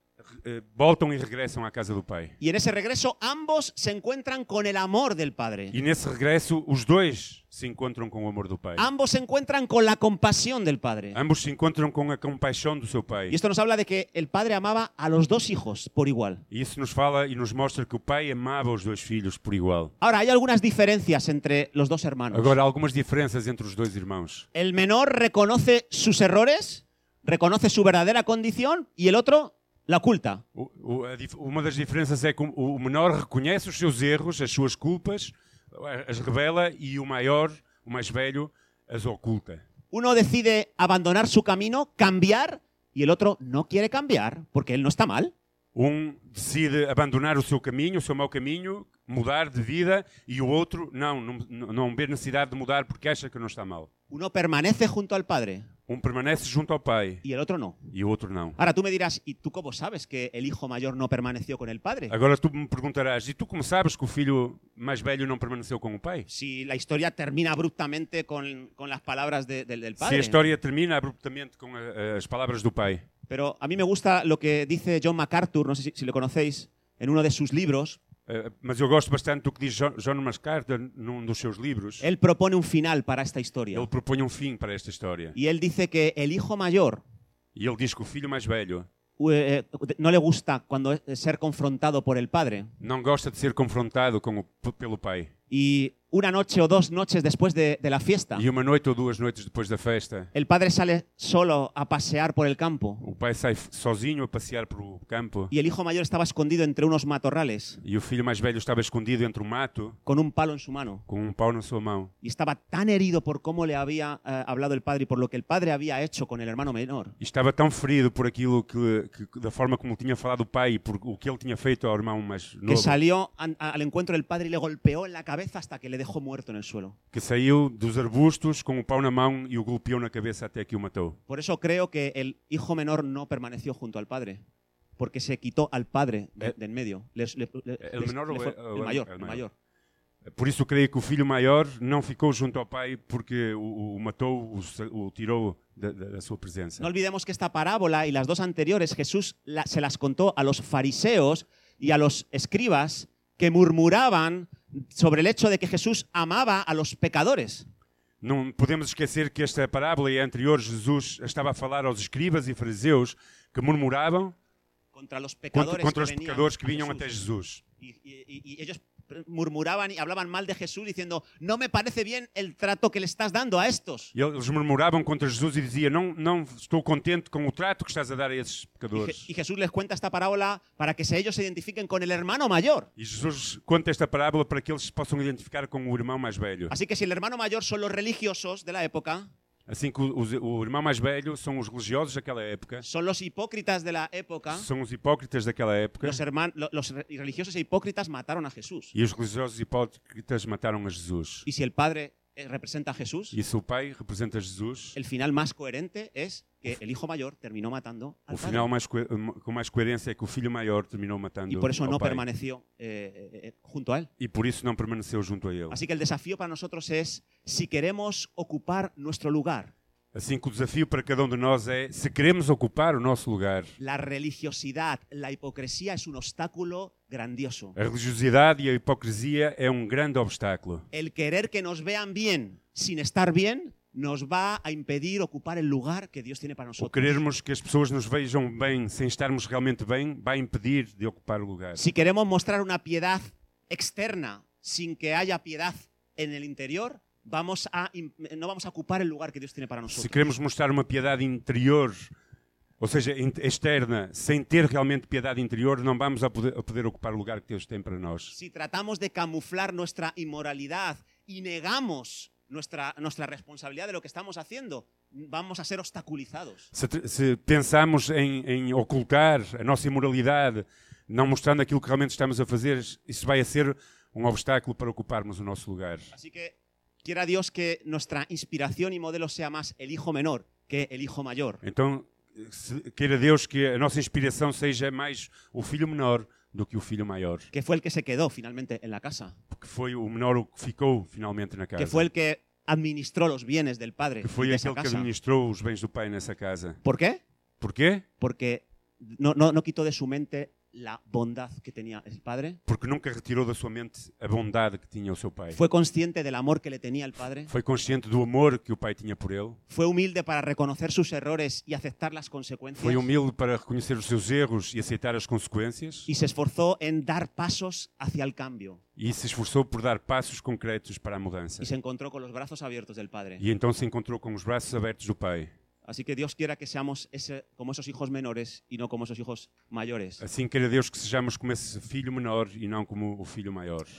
Speaker 2: eh, voltam e regressam à casa do pai.
Speaker 1: Y en ese regreso ambos se encuentran con el amor del padre.
Speaker 2: E nesse regresso, os dois se encontram com o amor do pai.
Speaker 1: Ambos se encuentran con la compasión del padre.
Speaker 2: Ambos se encontram com a compaixão do seu pai.
Speaker 1: Y esto nos habla de que el padre amaba a los dos hijos por igual.
Speaker 2: E isso nos fala e nos mostra que o pai amava os dois filhos por igual.
Speaker 1: Ahora, hay algunas diferencias entre los dos hermanos.
Speaker 2: Agora, há algumas diferenças entre os dois irmãos.
Speaker 1: El menor reconoce sus errores, reconoce su verdadera condición y el otro la oculta.
Speaker 2: O- o- a dif- Uma das diferenças é que o- o menor reconhece os seus erros, as suas culpas, a- as revela e o maior, o mais velho, as oculta.
Speaker 1: Uno decide abandonar su camino, cambiar, y el otro no quiere cambiar porque él no está mal.
Speaker 2: Um decide abandonar o seu caminho, o seu mau caminho, mudar de vida, e o outro não, não, não vê necessidade de mudar porque acha que não está mal.
Speaker 1: Uno permanece junto al padre
Speaker 2: Um permanece junto ao pai
Speaker 1: y el otro no.
Speaker 2: e o outro não.
Speaker 1: Ahora tú me dirás, ¿y tú cómo sabes que el hijo mayor no permaneció con el padre?
Speaker 2: Agora tu me perguntarás, e tu como sabes que o filho mais velho não permaneceu com o pai?
Speaker 1: Si la historia termina abruptamente con, con las palabras de- del- del
Speaker 2: Se a
Speaker 1: padre.
Speaker 2: história termina abruptamente com a- as palavras do pai.
Speaker 1: Pero a mí me gusta lo que dice John MacArthur, no sé si, si lo conocéis, en uno de sus libros.
Speaker 2: Uh, mas eu gosto bastante do que diz Jo- John MacArthur num dos seus livros.
Speaker 1: Él propone un final para esta historia.
Speaker 2: Ele propõe um fim para esta história.
Speaker 1: Y él dice que el hijo mayor
Speaker 2: E ele diz que o filho mais velho
Speaker 1: eh, no le gusta cuando es ser confrontado por el padre.
Speaker 2: não gosta de ser confrontado com o, p- pelo pai.
Speaker 1: Y una noche o dos noches después de, de la fiesta,
Speaker 2: E uma noite ou duas noites depois da festa,
Speaker 1: el padre sale solo a pasear por el campo.
Speaker 2: o pai sai f- sozinho a passear pelo campo
Speaker 1: Y el hijo mayor estaba escondido entre unos matorrales,
Speaker 2: e o filho mais velho estava escondido entre o mato
Speaker 1: con un palo en su mano.
Speaker 2: com um pau na sua mão.
Speaker 1: Y estaba tan herido por cómo le había eh, hablado el padre y por lo que el padre había hecho con el hermano menor,
Speaker 2: E estava tão ferido por aquilo que, que- da forma como tinha falado o pai e por o que ele tinha feito ao irmão mais
Speaker 1: que
Speaker 2: novo,
Speaker 1: salió an- a- al encuentro del padre y le golpeó en la cabeza hasta que le dejó muerto en el suelo.
Speaker 2: que saiu dos arbustos com o pau na mão e o golpeou na cabeça até que o matou.
Speaker 1: Por eso creo que el hijo menor no permaneció junto al padre, porque se quitó al padre de,
Speaker 2: Eh,
Speaker 1: de en medio. Les- le- le-
Speaker 2: ¿el
Speaker 1: les-
Speaker 2: menor
Speaker 1: le
Speaker 2: o
Speaker 1: fue-
Speaker 2: el- o
Speaker 1: el
Speaker 2: el-
Speaker 1: mayor,
Speaker 2: el
Speaker 1: el
Speaker 2: mayor?
Speaker 1: mayor.
Speaker 2: Por isso eu creio que o filho maior não ficou junto ao pai porque o, o matou, o, sa- o tirou da, da- da sua presença.
Speaker 1: No olvidemos que esta parábola y las dos anteriores Jesús la- se las contó a los fariseos y a los escribas que murmuraban sobre el hecho de que Jesús amaba a los pecadores.
Speaker 2: Não podemos esquecer que esta parábola e a anterior Jesus estava a falar aos escribas e fariseus que murmuravam
Speaker 1: Contra los pecadores,
Speaker 2: contra, contra
Speaker 1: que
Speaker 2: os
Speaker 1: venían
Speaker 2: pecadores que
Speaker 1: a
Speaker 2: vinham
Speaker 1: Jesús.
Speaker 2: até Jesus.
Speaker 1: Y, y- y- y ellos murmuraban y hablaban mal de Jesús diciendo, no me parece bien el trato que le estás dando a estos.
Speaker 2: E eles murmuravam contra Jesus e diziam: não, não estou contente com o trato que estás a dar a esses
Speaker 1: Y,
Speaker 2: pecadores.
Speaker 1: Je- y Jesús les cuenta esta parábola para que se- ellos se identifiquen con el hermano mayor.
Speaker 2: E Jesus conta esta parábola para que eles se possam identificar com o irmão mais velho.
Speaker 1: Así que si el hermano mayor son los religiosos de la época,
Speaker 2: Assim que o, o- o irmão mais velho são os religiosos daquela época,
Speaker 1: son los hipócritas de la época,
Speaker 2: são os hipócritas daquela época.
Speaker 1: los, herman- lo- los re- religiosos e hipócritas mataron a Jesús.
Speaker 2: E os religiosos hipócritas mataram a Jesus.
Speaker 1: Y si el padre eh, representa a Jesús,
Speaker 2: E se o pai representa Jesus,
Speaker 1: el final más coherente es que el hijo mayor terminó matando
Speaker 2: o
Speaker 1: al
Speaker 2: final
Speaker 1: padre.
Speaker 2: mais coe- com mais coerência é que o filho maior terminou matando
Speaker 1: Y por eso
Speaker 2: ao
Speaker 1: no
Speaker 2: pai.
Speaker 1: permaneció eh, eh, eh, junto a él.
Speaker 2: E por isso não permaneceu junto a ele.
Speaker 1: Así que el desafío para nosotros es, si queremos ocupar nuestro lugar,
Speaker 2: Assim que o desafio para cada um de nós é, se queremos ocupar o nosso lugar,
Speaker 1: la religiosidad, la hipocresía es un obstáculo grandioso.
Speaker 2: a religiosidade e a hipocrisia é um grande obstáculo.
Speaker 1: El querer que nos vean bien sin estar bien nos va a impedir ocupar el lugar que Dios tiene para
Speaker 2: O
Speaker 1: nosotros.
Speaker 2: querermos que as pessoas nos vejam bem sem estarmos realmente bem, vai impedir de ocupar o lugar.
Speaker 1: Si queremos mostrar una piedad externa sin que haya piedad en el interior, vamos a im- no vamos a ocupar el lugar que Dios tiene para
Speaker 2: Se
Speaker 1: nosotros.
Speaker 2: queremos mostrar uma piedade interior, ou seja, in- externa, sem ter realmente piedade interior, não vamos a poder, a poder ocupar o lugar que Deus tem para nós.
Speaker 1: Si tratamos de camuflar nuestra inmoralidad y negamos nuestra, nuestra responsabilidad de lo que estamos haciendo, vamos a ser obstaculizados.
Speaker 2: Se, tr- se pensarmos em, em ocultar a nossa imoralidade, não mostrando aquilo que realmente estamos a fazer, isso vai a ser um obstáculo para ocuparmos o nosso lugar.
Speaker 1: Así que quiera Dios que nuestra inspiración y modelo sea más el hijo menor que el hijo mayor.
Speaker 2: Então, se- queira Deus que a nossa inspiração seja mais o filho menor do que o filho maior,
Speaker 1: que fue el que se quedó finalmente en la casa,
Speaker 2: porque foi o menor o que ficou finalmente na casa,
Speaker 1: que fue el que administró los bienes del padre
Speaker 2: que
Speaker 1: y
Speaker 2: foi
Speaker 1: de esa
Speaker 2: aquele que
Speaker 1: casa.
Speaker 2: administrou os bens do pai nessa casa.
Speaker 1: ¿Por qué?
Speaker 2: Porquê?
Speaker 1: Porque no, no, no quitó de su mente la bondad que tenía el padre,
Speaker 2: Porque nunca retirou da sua mente a bondade que tinha o seu pai.
Speaker 1: fue consciente del amor que le tenía el padre,
Speaker 2: Foi consciente do amor que o pai tinha por ele.
Speaker 1: fue humilde para reconocer sus errores y aceptar las consecuencias,
Speaker 2: Foi humilde para reconhecer os seus erros e aceitar as consequências.
Speaker 1: y se esforzó en dar pasos hacia el cambio,
Speaker 2: E se esforçou por dar passos concretos para a mudança.
Speaker 1: y se encontró con los brazos abiertos del padre.
Speaker 2: E então se encontrou com os braços abertos do pai.
Speaker 1: Así que Dios quiera que seamos ese- como esos hijos menores y no como esos hijos mayores.
Speaker 2: Assim queira Deus que sejamos como esse filho menor e não como o filho maior.